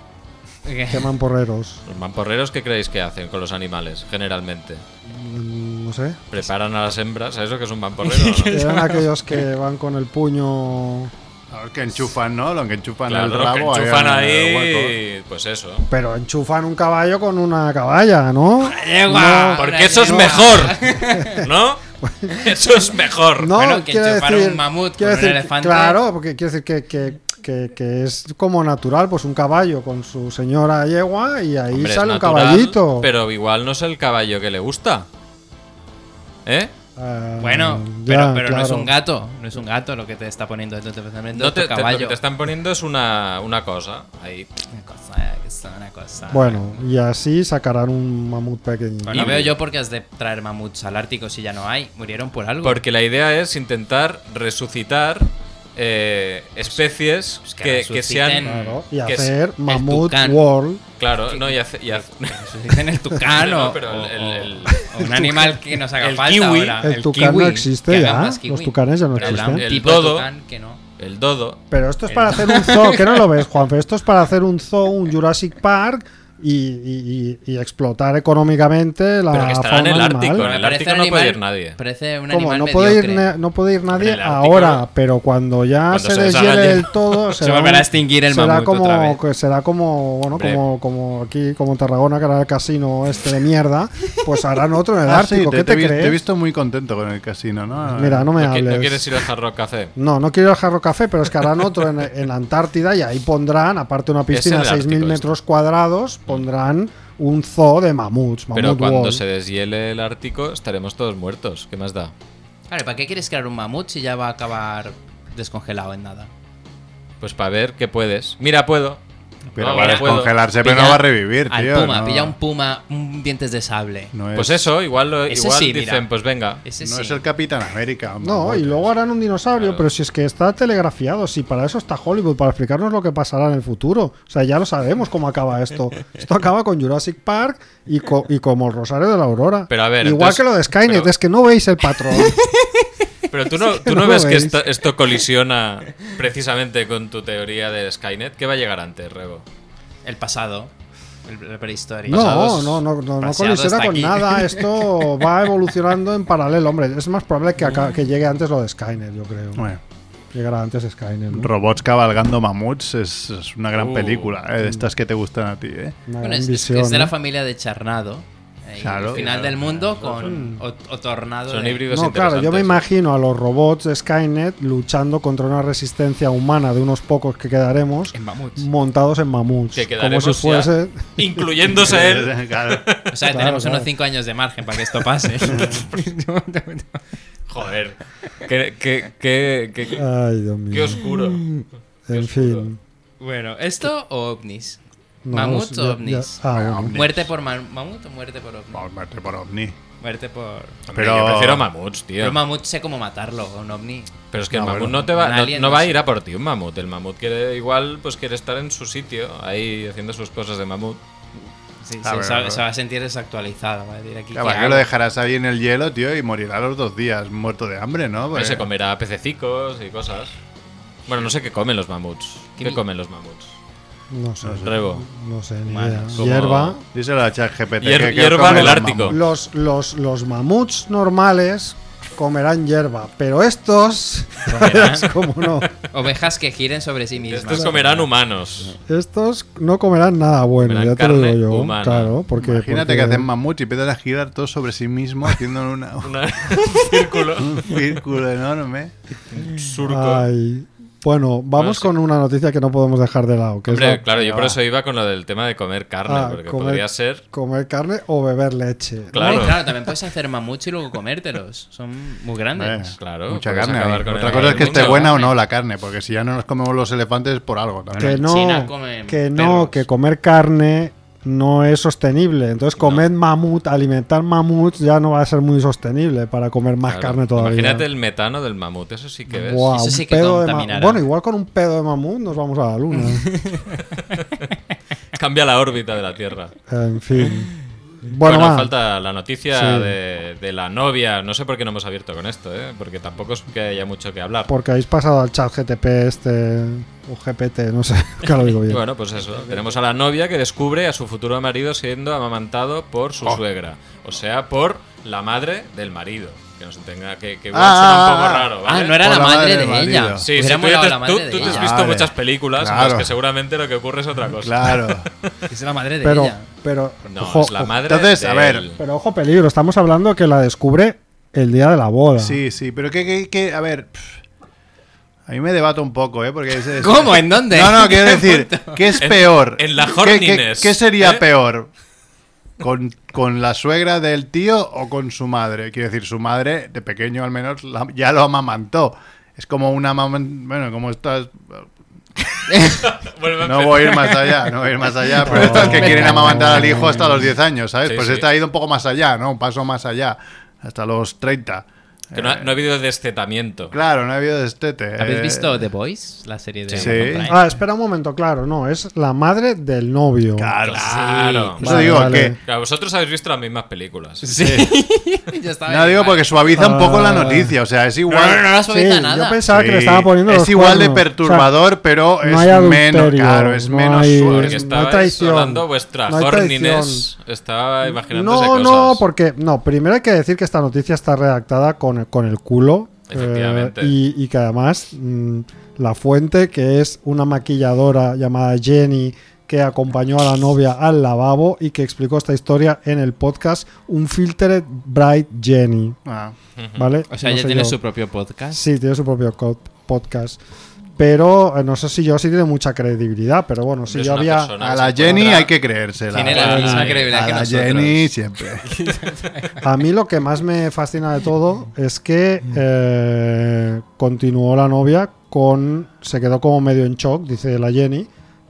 Qué mamporreros.
¿Los mamporreros qué creéis que hacen con los animales, generalmente?
Mm, No sé.
¿Preparan a las hembras? ¿Sabes lo que es un
<laughs>
mamporrero? o
<laughs>
no?
Eran aquellos que van con el puño.
A ver, que enchufan, ¿no? Lo que enchufan
Claro,
el
los que
rabo.
enchufan
en el hueco.
ahí. Pues eso.
Pero enchufan un caballo con una caballa, ¿no?
¡Yegua!
Porque eso es mejor,
<laughs>
¿no? Eso es mejor.
No,
Bueno, que
quiero
enchufar un
decir,
mamut
quiero
con un
decir,
elefante.
Claro, porque quiero decir que, que- que- que es como natural, pues un caballo con su señora yegua y ahí
Hombre, es
sale un
natural,
caballito.
Pero igual no es el caballo que le gusta. ¿Eh?
Ah,
Bueno,
ya,
pero, pero no es
claro.
un gato, no es un gato lo que te está poniendo dentro de tu pensamiento,
No
es tu
te, te- lo
caballo.
que te están poniendo es una, una cosa. Ahí.
Una cosa, eh, es una cosa.
Bueno, y así sacarán un mamut pequeño.
Pero no
Y-
veo yo por qué has de traer mamuts al Ártico si ya no hay. Murieron por algo.
Porque la idea es intentar resucitar eh, especies
Pues que
que, que
resuciten.
sean.
Claro, y
que es-
hacer
el
mamut
tucán.
world.
Claro, no, y hace- y hace-
Resuciten el tucán
<laughs> No,
o,
pero
o-
el- el-
o un animal que nos haga
el
falta
kiwi.
ahora.
El tucán
kiwi,
no existe
que hagan
ya,
más kiwi.
los tucanes ya no
Pero habrá un
existen.
tipo
El
de
dodo.
tucán que no.
el dodo.
Pero esto es
El-
para hacer un zoo, que no lo ves, Juanfe. Esto es para hacer un zoo, un Jurassic Park y, y- y- y explotar económicamente la
Pero que estará en
fauna
el
animal.
Ártico, en
Me
el
parece
Ártico
un
no puede
animal-
ir nadie.
Parece un
¿Cómo?
animal
No puede, ir
mediocre.
ne- no puede ir nadie
Hombre, el Ártico-
ahora, pero cuando ya
Cuando
se,
se
deshiele
deshagan ya-
del
<laughs>
todo, será
volverá
un-
a extinguir el
será
mamut
como,
otra vez.
que Será como, bueno,
Hombre.
como, como aquí, como en Tarragona, que era el casino este de mierda, pues harán otro en el
Ah, sí,
Ártico. ¿Qué te,
vi-
crees?
Te he visto muy contento con el casino, ¿no?
Mira, no me
¿No qui-
hables.
¿No quieres ir al Hard Rock Café?
No, no quiero ir al Jarro Café, pero es que
<laughs>
harán otro en, en la Antártida y ahí pondrán, aparte de una piscina
en
de
el
6.000
Ártico este.
metros cuadrados, pondrán un zoo de mamuts. Mamut
Pero cuando
World.
se deshiele el Ártico estaremos todos muertos. ¿Qué más da?
Claro, ¿para qué quieres crear un mamut si ya va a acabar descongelado en nada?
Pues para ver qué puedes. Mira, puedo.
Pero
No,
va a
mira, puedo.
descongelarse, pero
Pilla
no va a revivir,
al
tío.
puma,
no.
pilla un puma, un dientes de sable.
No es,
Pues eso, igual, lo,
Ese
igual
sí, mira.
dicen, pues venga.
<laughs> Ese
No
sí.
es el Capitán América.
No,
mamut.
y luego harán un dinosaurio, pero si es que está telegrafiado, si para eso está Hollywood, para explicarnos lo que pasará en el futuro. O sea, ya lo sabemos cómo acaba
<laughs>
esto. Esto acaba con Jurassic Park y, co- y como el Rosario de la Aurora.
Pero a ver,
Igual
entonces-
que lo de Skynet,
pero-
es que no veis el patrón.
<laughs> Pero tú no,
no
tú no
lo
ves que
veis.
esto, esto colisiona precisamente con tu teoría de Skynet. ¿Qué va a llegar antes, Rebo?
El pasado. el- la prehistoria.
No, no, no, no, no
Paseado
colisiona
hasta
con
aquí.
nada. Esto va evolucionando en paralelo, hombre. Es más probable que, aca- que llegue antes lo de Skynet, yo creo.
Bueno,
Llegará antes Skynet. ¿no?
robots cabalgando mamuts es, es una gran
Uh.
película, eh, de estas que te gustan a ti, ¿eh?
Una
<laughs> Bueno,
gran
es, es-
visión,
es de la
¿no?
familia de Charnado. eh, y
Claro.
el final
Claro.
del mundo con o, o tornado.
Son
de-
híbridos
No, claro, yo me
interesantes.
imagino a los robots de Skynet luchando contra una resistencia humana de unos pocos que quedaremos <laughs>
En mamuts.
montados en mamuts.
Que
como
quedaremos
si fuese.
ya, incluyéndose
<laughs>
él.
Claro.
O sea,
Claro,
tenemos
claro.
unos 5 años de margen para que esto
<laughs>
pase.
Joder. Qué, qué- qué- qué-
Ay, Dios mío.
qué oscuro.
en fin.
bueno, ¿esto o ovnis?
No,
¿Mamuts
ya-
o
ya-
ovnis?
ah, bueno.
ovnis.
¿Muerte por ma- mamut o muerte por ovni?
Vamos, mate por ovni.
Muerte por.
Hombre,
Pero-
Yo prefiero mamuts, tío.
Pero
Pero,
mamut sé cómo matarlo, un ovni.
es que
No,
el mamut
bueno,
no te va,
un
no,
alien
no
no
va a
sé.
ir a por ti un mamut. El mamut quiere igual, pues quiere estar en su sitio, ahí haciendo sus cosas de mamut.
Sí,
Ah,
se,
bueno,
se va-
bueno.
se va a sentir desactualizado. Va a decir aquí.
Claro,
¿qué
¿para qué lo
hago?
dejarás ahí en el hielo, tío, y morirá a los dos días muerto de hambre, ¿no? Pues,
Pero
Porque-
se comerá pececicos y cosas. Bueno, no sé qué comen los mamuts.
¿Qué
¿Qué,
vi-
comen los mamuts?
No sé.
Rebo.
No sé, ni
Bueno,
idea.
como-
Hierba.
Díselo a ChatGPT.
Hier-
que- que
hierba
come
del
los
Ártico.
mamuts.
Los, los, los mamuts normales comerán hierba, pero estos. <laughs> como no.
Ovejas que giren sobre
<laughs>
sí mismas.
Estos comerán humanos.
Estos no comerán nada bueno,
Comerán
ya te lo
carne
digo yo.
humana.
Claro, porque.
Imagínate
porque-
que hacen mamuts y empiezan a girar todo sobre sí mismo
<laughs>
haciendo una-
Una- un círculo.
un círculo enorme.
Un surco.
Ay, Bueno, vamos
sí.
con una noticia que no podemos dejar de lado. Que es
Hombre,
la-
claro, yo
Ah.
por eso iba con lo del tema de comer carne,
ah,
porque podría ser.
comer carne o beber leche.
Claro.
Hombre, claro, también puedes hacer mamucho y luego comértelos. Son muy grandes.
Eh,
Claro,
mucha
puedes
carne.
acabar
ahí.
con
Otra
el
cosa es que
mundo,
esté buena o
carne.
no la carne, porque si ya no nos comemos los elefantes es por algo
Que
también.
en
no,
China comen
que
perros.
no, que comer carne no es sostenible. Entonces, comer mamut, alimentar mamuts ya no va a ser muy sostenible para comer más
Claro.
carne todavía.
Imagínate el metano del mamut, eso sí que ves.
Buah,
Eso
un
sí que
pedo de ma-
contaminará.
Bueno, igual con un pedo de mamut nos vamos a la
<laughs>
luna.
Cambia la órbita de la Tierra.
en fin. Bueno,
Bueno,
va.
falta la noticia
Sí.
de, de la novia. No sé por qué no hemos abierto con esto, ¿eh? porque tampoco es que haya mucho que hablar.
porque habéis pasado al chat GTP este o GPT, no sé, <laughs> que lo digo bien.
Bueno, pues eso. Tenemos a la novia que descubre a su futuro marido siendo amamantado por
Oh.
su suegra. O sea, por la madre del marido. Que nos tenga que, que igual
Ah,
suena un poco
ah,
raro,
Ah,
¿vale?
no era
Por
la
la madre
madre
del
de
marido.
ella. Pues
Sí, sí, tú,
Hubiera
ya
molado
te,
la
tú-
madre de
tú te has
ella.
visto
Vale.
muchas películas en las
Claro.
que seguramente lo que ocurre es otra cosa.
Pues Claro.
Es la madre de
pero,
ella.
pero,
No,
ojo,
es la
ojo,
madre
Entonces,
del-
a ver.
pero ojo peligro, estamos hablando que la descubre el día de la boda.
Sí, sí, pero que, que, que- a ver, pff, a mí me debato un poco, ¿eh? Porque es- es-
¿Cómo? ¿En dónde?
No, no, quiero decir, ¿qué es
<laughs> En-
peor?
en la
¿Qué- ¿Qué,
Horniness,
qué sería
¿eh?
peor? ¿Con, ¿Con la suegra del tío o con su madre? Quiero decir, su madre, de pequeño al menos, la- ya lo amamantó. Es como una mamá. Bueno, como estas.
Vuelve a
No
empezar.
voy a ir más allá, no voy a ir más allá.
<laughs>
Pero estas que quieren amamantar al hijo hasta los 10 años, ¿sabes?
Sí,
pues
sí.
esta ha ido un poco más allá, ¿no? Un paso más allá, hasta los 30.
Que no, ha, no ha habido destetamiento.
Claro, no ha habido destete.
¿Habéis
eh.
visto The Voice? La serie de
Sí.
Amazon Prime.
Ah, espera un momento, claro, no, es la madre del novio.
Claro.
Claro.
Eso
Vale,
digo
vale.
que.
Claro, vosotros habéis visto las mismas películas.
Sí. <laughs> Yo estaba
No digo
igual.
porque suaviza un poco la
Ah.
noticia. O sea, es
No, no, no,
igual.
no la
Sí,
suaviza nada.
yo pensaba que le
Sí.
estaba poniendo los
Es igual de
cuernos. O sea,
perturbador, pero
no
es
hay
menos.
adulterio,
Claro, es
no
menos
hay-
suave.
Porque
Pues no
estabais
traición,
hablando vuestra
no hay
Horniness. Estaba imaginándose
No,
cosas.
no, porque no, primero hay que decir que esta noticia está redactada con, con el culo. eh,
Efectivamente.
y, y que además mm, la fuente, que es una maquilladora llamada Jenny, que acompañó a la novia al lavabo y que explicó esta historia en el podcast Un Filtered Bright Jenny.
Ah.
¿Vale?
O sea,
No
ella
sé
tiene
yo.
su
<laughs>
propio podcast.
Sí, tiene su propio co- podcast. Pero eh, no sé si yo sí tiene mucha credibilidad, pero bueno, si
Es
yo
una
había.
persona
A
que
la
se
Jenny
encuentra-
hay que creérsela.
Tiene la
A
misma credibilidad
a
que
la
nosotros.
<laughs>
Jenny siempre.
A mí lo que más me fascina de todo es que eh, continuó la novia con. Se quedó como medio en shock, dice la Jenny,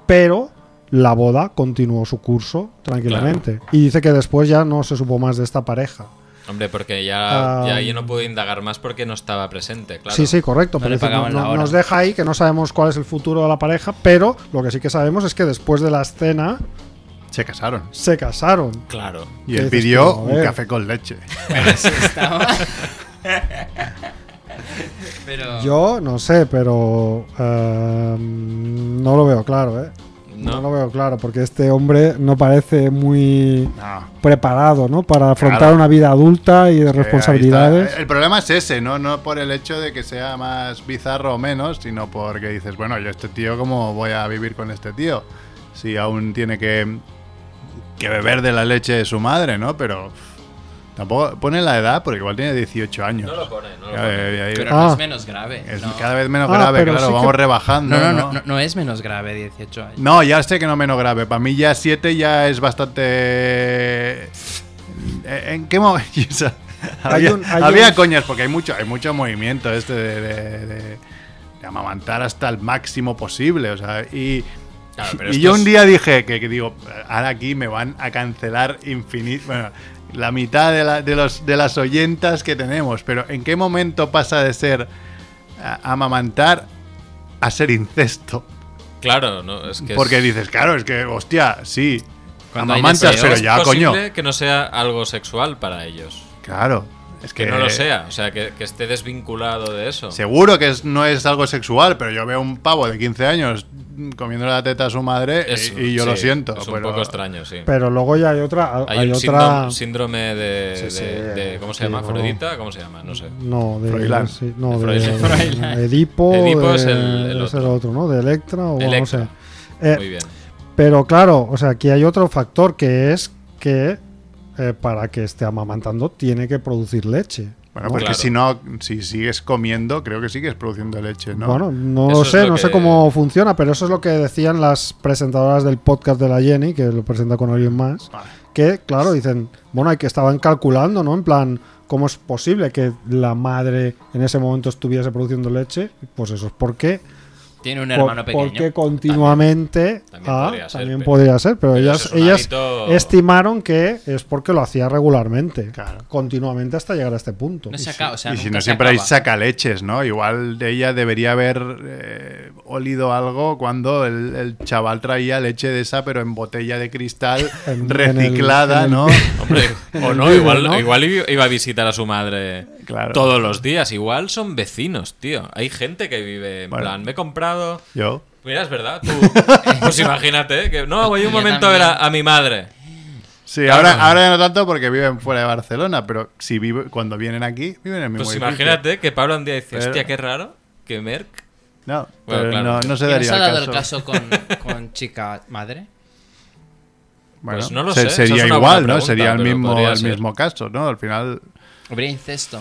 pero la boda continuó su curso tranquilamente. Y dice que después ya no se supo más de esta pareja.
Hombre, porque ya, ya
Ah.
yo no pude indagar más porque no estaba presente, claro.
Sí, sí, correcto.
No
pero
le
dice,
pagaban
no-
la
no-
hora.
nos deja ahí que no sabemos cuál es el futuro de la pareja, pero lo que sí que sabemos es que después de la escena
Se casaron.
se casaron.
Claro.
Y
¿Qué
él
dices tú?
pidió
A
un
ver.
café con leche.
<laughs> Pero...
Yo no sé, pero eh, no lo veo claro, ¿eh?
No.
No. lo veo claro, porque este hombre no parece muy
No.
preparado, ¿no? Para afrontar
Claro.
una vida adulta y de
Eh, ahí
responsabilidades.
está. El problema es ese, ¿no? No por el hecho de que sea más bizarro o menos, sino porque dices, bueno, yo este tío, ¿cómo voy a vivir con este tío? Si aún tiene que, que beber de la leche de su madre, ¿no? Pero pff, tampoco pone la edad, porque igual tiene 18 años.
No lo pone, no lo
Ya, eh.
pone.
ya, ya,
Pero
ya.
no
Ah.
es menos grave.
Es
no.
cada vez menos
Ah,
grave,
pero
claro,
sí que-
vamos rebajando.
No, no,
¿no?
no, no, no es menos grave 18 años.
No, ya sé que no menos grave. Para mí ya 7 ya es bastante... ¿En qué <laughs> momento?
Hay
había
un- hay
había
un-
coñas, porque hay mucho, hay mucho movimiento este de, de- de- de amamantar hasta el máximo posible. O sea, y,
Claro, pero
y
esto
yo
es-
un día dije que, que digo, ahora aquí me van a cancelar infinito. Bueno, la mitad de, la- de los, de las oyentas que tenemos. Pero ¿en qué momento pasa de ser a- amamantar a ser incesto?
Claro, no, es que
Porque
es-
dices, claro, es que, hostia, sí.
Cuando hay
Amamantas,
deseo,
pero
es
ya,
posible
coño.
que no sea algo sexual para ellos.
Claro. Es
Que
que,
no lo sea, o sea, que, que esté desvinculado de eso.
Seguro que es- no es algo sexual, pero yo veo un pavo de 15 años mm, comiendo la teta a su madre y-
Eso,
y, yo
sí,
lo siento.
Es un
pero-
poco extraño, sí.
Pero luego ya hay otra.
Hay,
Hay,
un
otra.
síndrome, síndrome de,
Sí, sí,
de- de- ¿Cómo se
sí,
llama?
no.
¿Afrodita? ¿Cómo se llama? No sé.
No, de.
Froilán.
sí, no,
De
de.
Froilán.
Froilán.
Edipo.
Edipo
de-
es el- el
es otro, ¿no? De Electra o no
Electra.
sé. Eh,
Muy bien.
Pero claro, o sea, aquí hay otro factor que es que eh, para que esté amamantando tiene que producir leche.
Bueno, porque
Claro.
si no, si sigues comiendo, creo que sigues produciendo leche, ¿no?
Bueno, no
Eso
lo
es
sé,
lo
no
que-
sé cómo funciona, pero eso es lo que decían las presentadoras del podcast de la Jenny, que lo presenta con alguien más,
Vale.
que claro, dicen, bueno, hay que estaban calculando, ¿no? En plan, ¿cómo es posible que la madre en ese momento estuviese produciendo leche? Pues eso es porque,
Tiene un
por-
hermano pequeño.
porque continuamente
También
ah,
podría ser,
también
pero-
podría ser, pero,
pero
ellas,
eso es un
ellas
hábito-
estimaron que es porque lo hacía regularmente,
Claro.
continuamente hasta llegar a este punto.
No se acaba, o sea,
y si
nunca
no
se
siempre hay
acaba.
sacaleches, ¿no? Igual de ella debería haber eh, olido algo cuando el, el chaval traía leche de esa, pero en botella de cristal
<laughs> En-
reciclada,
en el- en el- <laughs>
¿no?
Hombre, o no,
Vive,
igual,
¿no?
igual i- iba a visitar a su madre
Claro.
todos los días. Igual son vecinos, tío. Hay gente que vive en
Bueno.
plan, me he comprado.
Yo.
Mira, es verdad, tú. Pues imagínate, que no, voy un
Yo
momento a ver a,
también.
a mi madre.
Sí, ahora, ahora ya no tanto porque viven fuera de Barcelona, pero si vive, cuando vienen aquí, viven en mi
Pues
municipio.
imagínate que Pablo un día dice,
Pero-
hostia, qué raro que Merck.
No,
Bueno,
pero
claro.
no, no se
¿Y no
daría
se ha dado el
caso.
caso con,
<laughs>
con chica madre?
Bueno,
Pues no lo
se-
sé, esa es
Sería
una buena
igual, ¿no?
pregunta,
Sería el
pero
mismo,
podría
el
ser.
mismo caso, ¿no? Al final,
Habría incesto.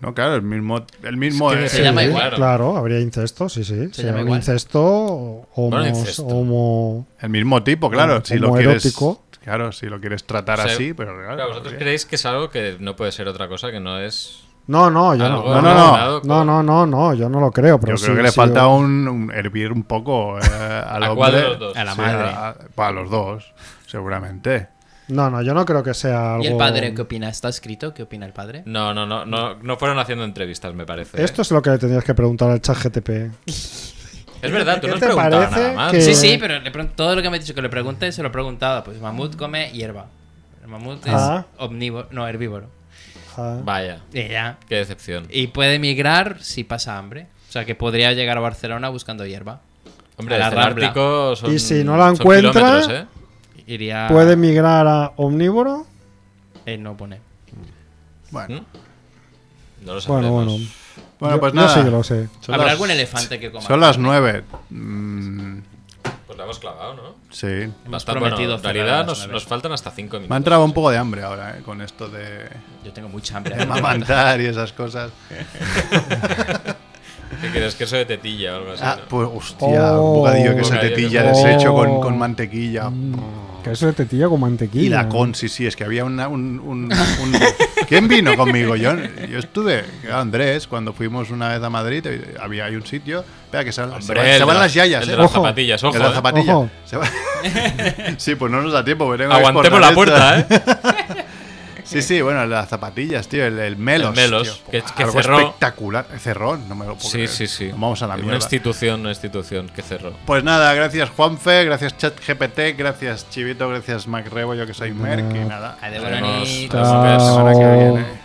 no, claro, el mismo, el mismo.
Sí,
eh,
se llama
sí,
igual.
Claro, habría incesto, sí, sí. Se,
llama
llama
igual.
incesto, o- homos-
Bueno, incesto.
homo-
El mismo tipo, claro.
Como-
Si lo
como
quieres,
erótico.
claro, si lo quieres tratar
O sea,
así, pero claro. eh,
Claro, vosotros
bien.
creéis que es algo que no puede ser otra cosa, que no es.
No, no,
Ah,
yo no.
algo
no, no, no.
relacionado
No,
con-
no, no, no, yo no lo creo. Pero
Yo
sí,
creo que le
sí,
falta
o-
un, un hervir un poco eh, al
¿A
hombre.
cuál de los dos?
A la
Sí,
madre.
a- Para los dos, seguramente.
No, no, yo no creo que sea algo.
¿Y el padre qué opina? ¿Está escrito? ¿Qué opina el padre?
No, no, no, no, no fueron haciendo entrevistas, me parece. ¿eh?
Esto es lo que le tendrías que preguntar al chat GTP.
es verdad, tú
¿qué
no has
te
preguntado
parece
nada más.
Eh.
que-
Sí, sí, pero le pregun- todo lo que me ha dicho que le pregunte se lo he preguntado. Pues mamut come hierba. El mamut es
Ah.
omnívoro, no, herbívoro.
Ah,
Vaya,
Y ya.
qué decepción.
Y puede migrar si pasa hambre. O sea que podría llegar a Barcelona buscando hierba.
Hombre,
A la
desde el
Rambla.
Ártico son-
Y si no la
son
encuentra-
kilómetros, ¿eh?
Iría.
Puede migrar a omnívoro.
Eh, no pone.
Bueno,
¿Mm? No
Bueno,
lo sabemos.
bueno.
bueno
Yo-
pues
yo
nada.
sí que lo sé.
Son
¿Habrá
las-
algún elefante que coma?
Son las nueve. Mm,
Pues la hemos clavado, ¿no?
sí.
Hemos
Bastante-
prometido
en
cerrar a
realidad
las
nos,
nueve.
nos faltan hasta 5 minutos.
Me ha entrado un poco de hambre ahora, eh, con esto de,
Yo tengo
<laughs>
mucha hambre.
de mamantar y esas cosas.
¿Qué quieres? ¿Queso de tetilla o algo así?
Ah,
no?
pues hostia,
Oh.
un bocadillo que se
Bocadillo
te
que-
pilla
Oh.
deshecho con, con mantequilla.
Que eso de tetilla con mantequilla.
Y la con, sí, sí, es que había una, un, un- un- <laughs> ¿Quién vino conmigo? Yo, yo estuve, claro, Andrés, cuando fuimos una vez a Madrid, eh, había hay un sitio. Espera, que sal- se,
Hombre,
van-
el
se
de
van
la-
las yayas,
El
¿eh?
de las
Ojo.
zapatillas, ojo.
El de las
¿eh?
zapatillas.
Ojo.
Se va- <laughs> sí, pues no nos da tiempo. pero tengo que
Aguantemos la
exportar
puerta,
esto. <laughs>
¿eh?
Sí, sí, bueno, las zapatillas, tío, el, el Melos.
El Melos,
tío,
que- que
algo
cerró.
espectacular. eh, Cerró, no me lo puedo
Sí,
creer.
sí, sí.
Vamos a la
Una
mierda.
institución, una institución que cerró.
Pues nada, gracias Juanfe, gracias ChatGPT, gracias Chivito, gracias MacRebo, yo que soy Merck y nada.
Adeu,
Nos vemos
bonanit.
Chao.
la semana que viene.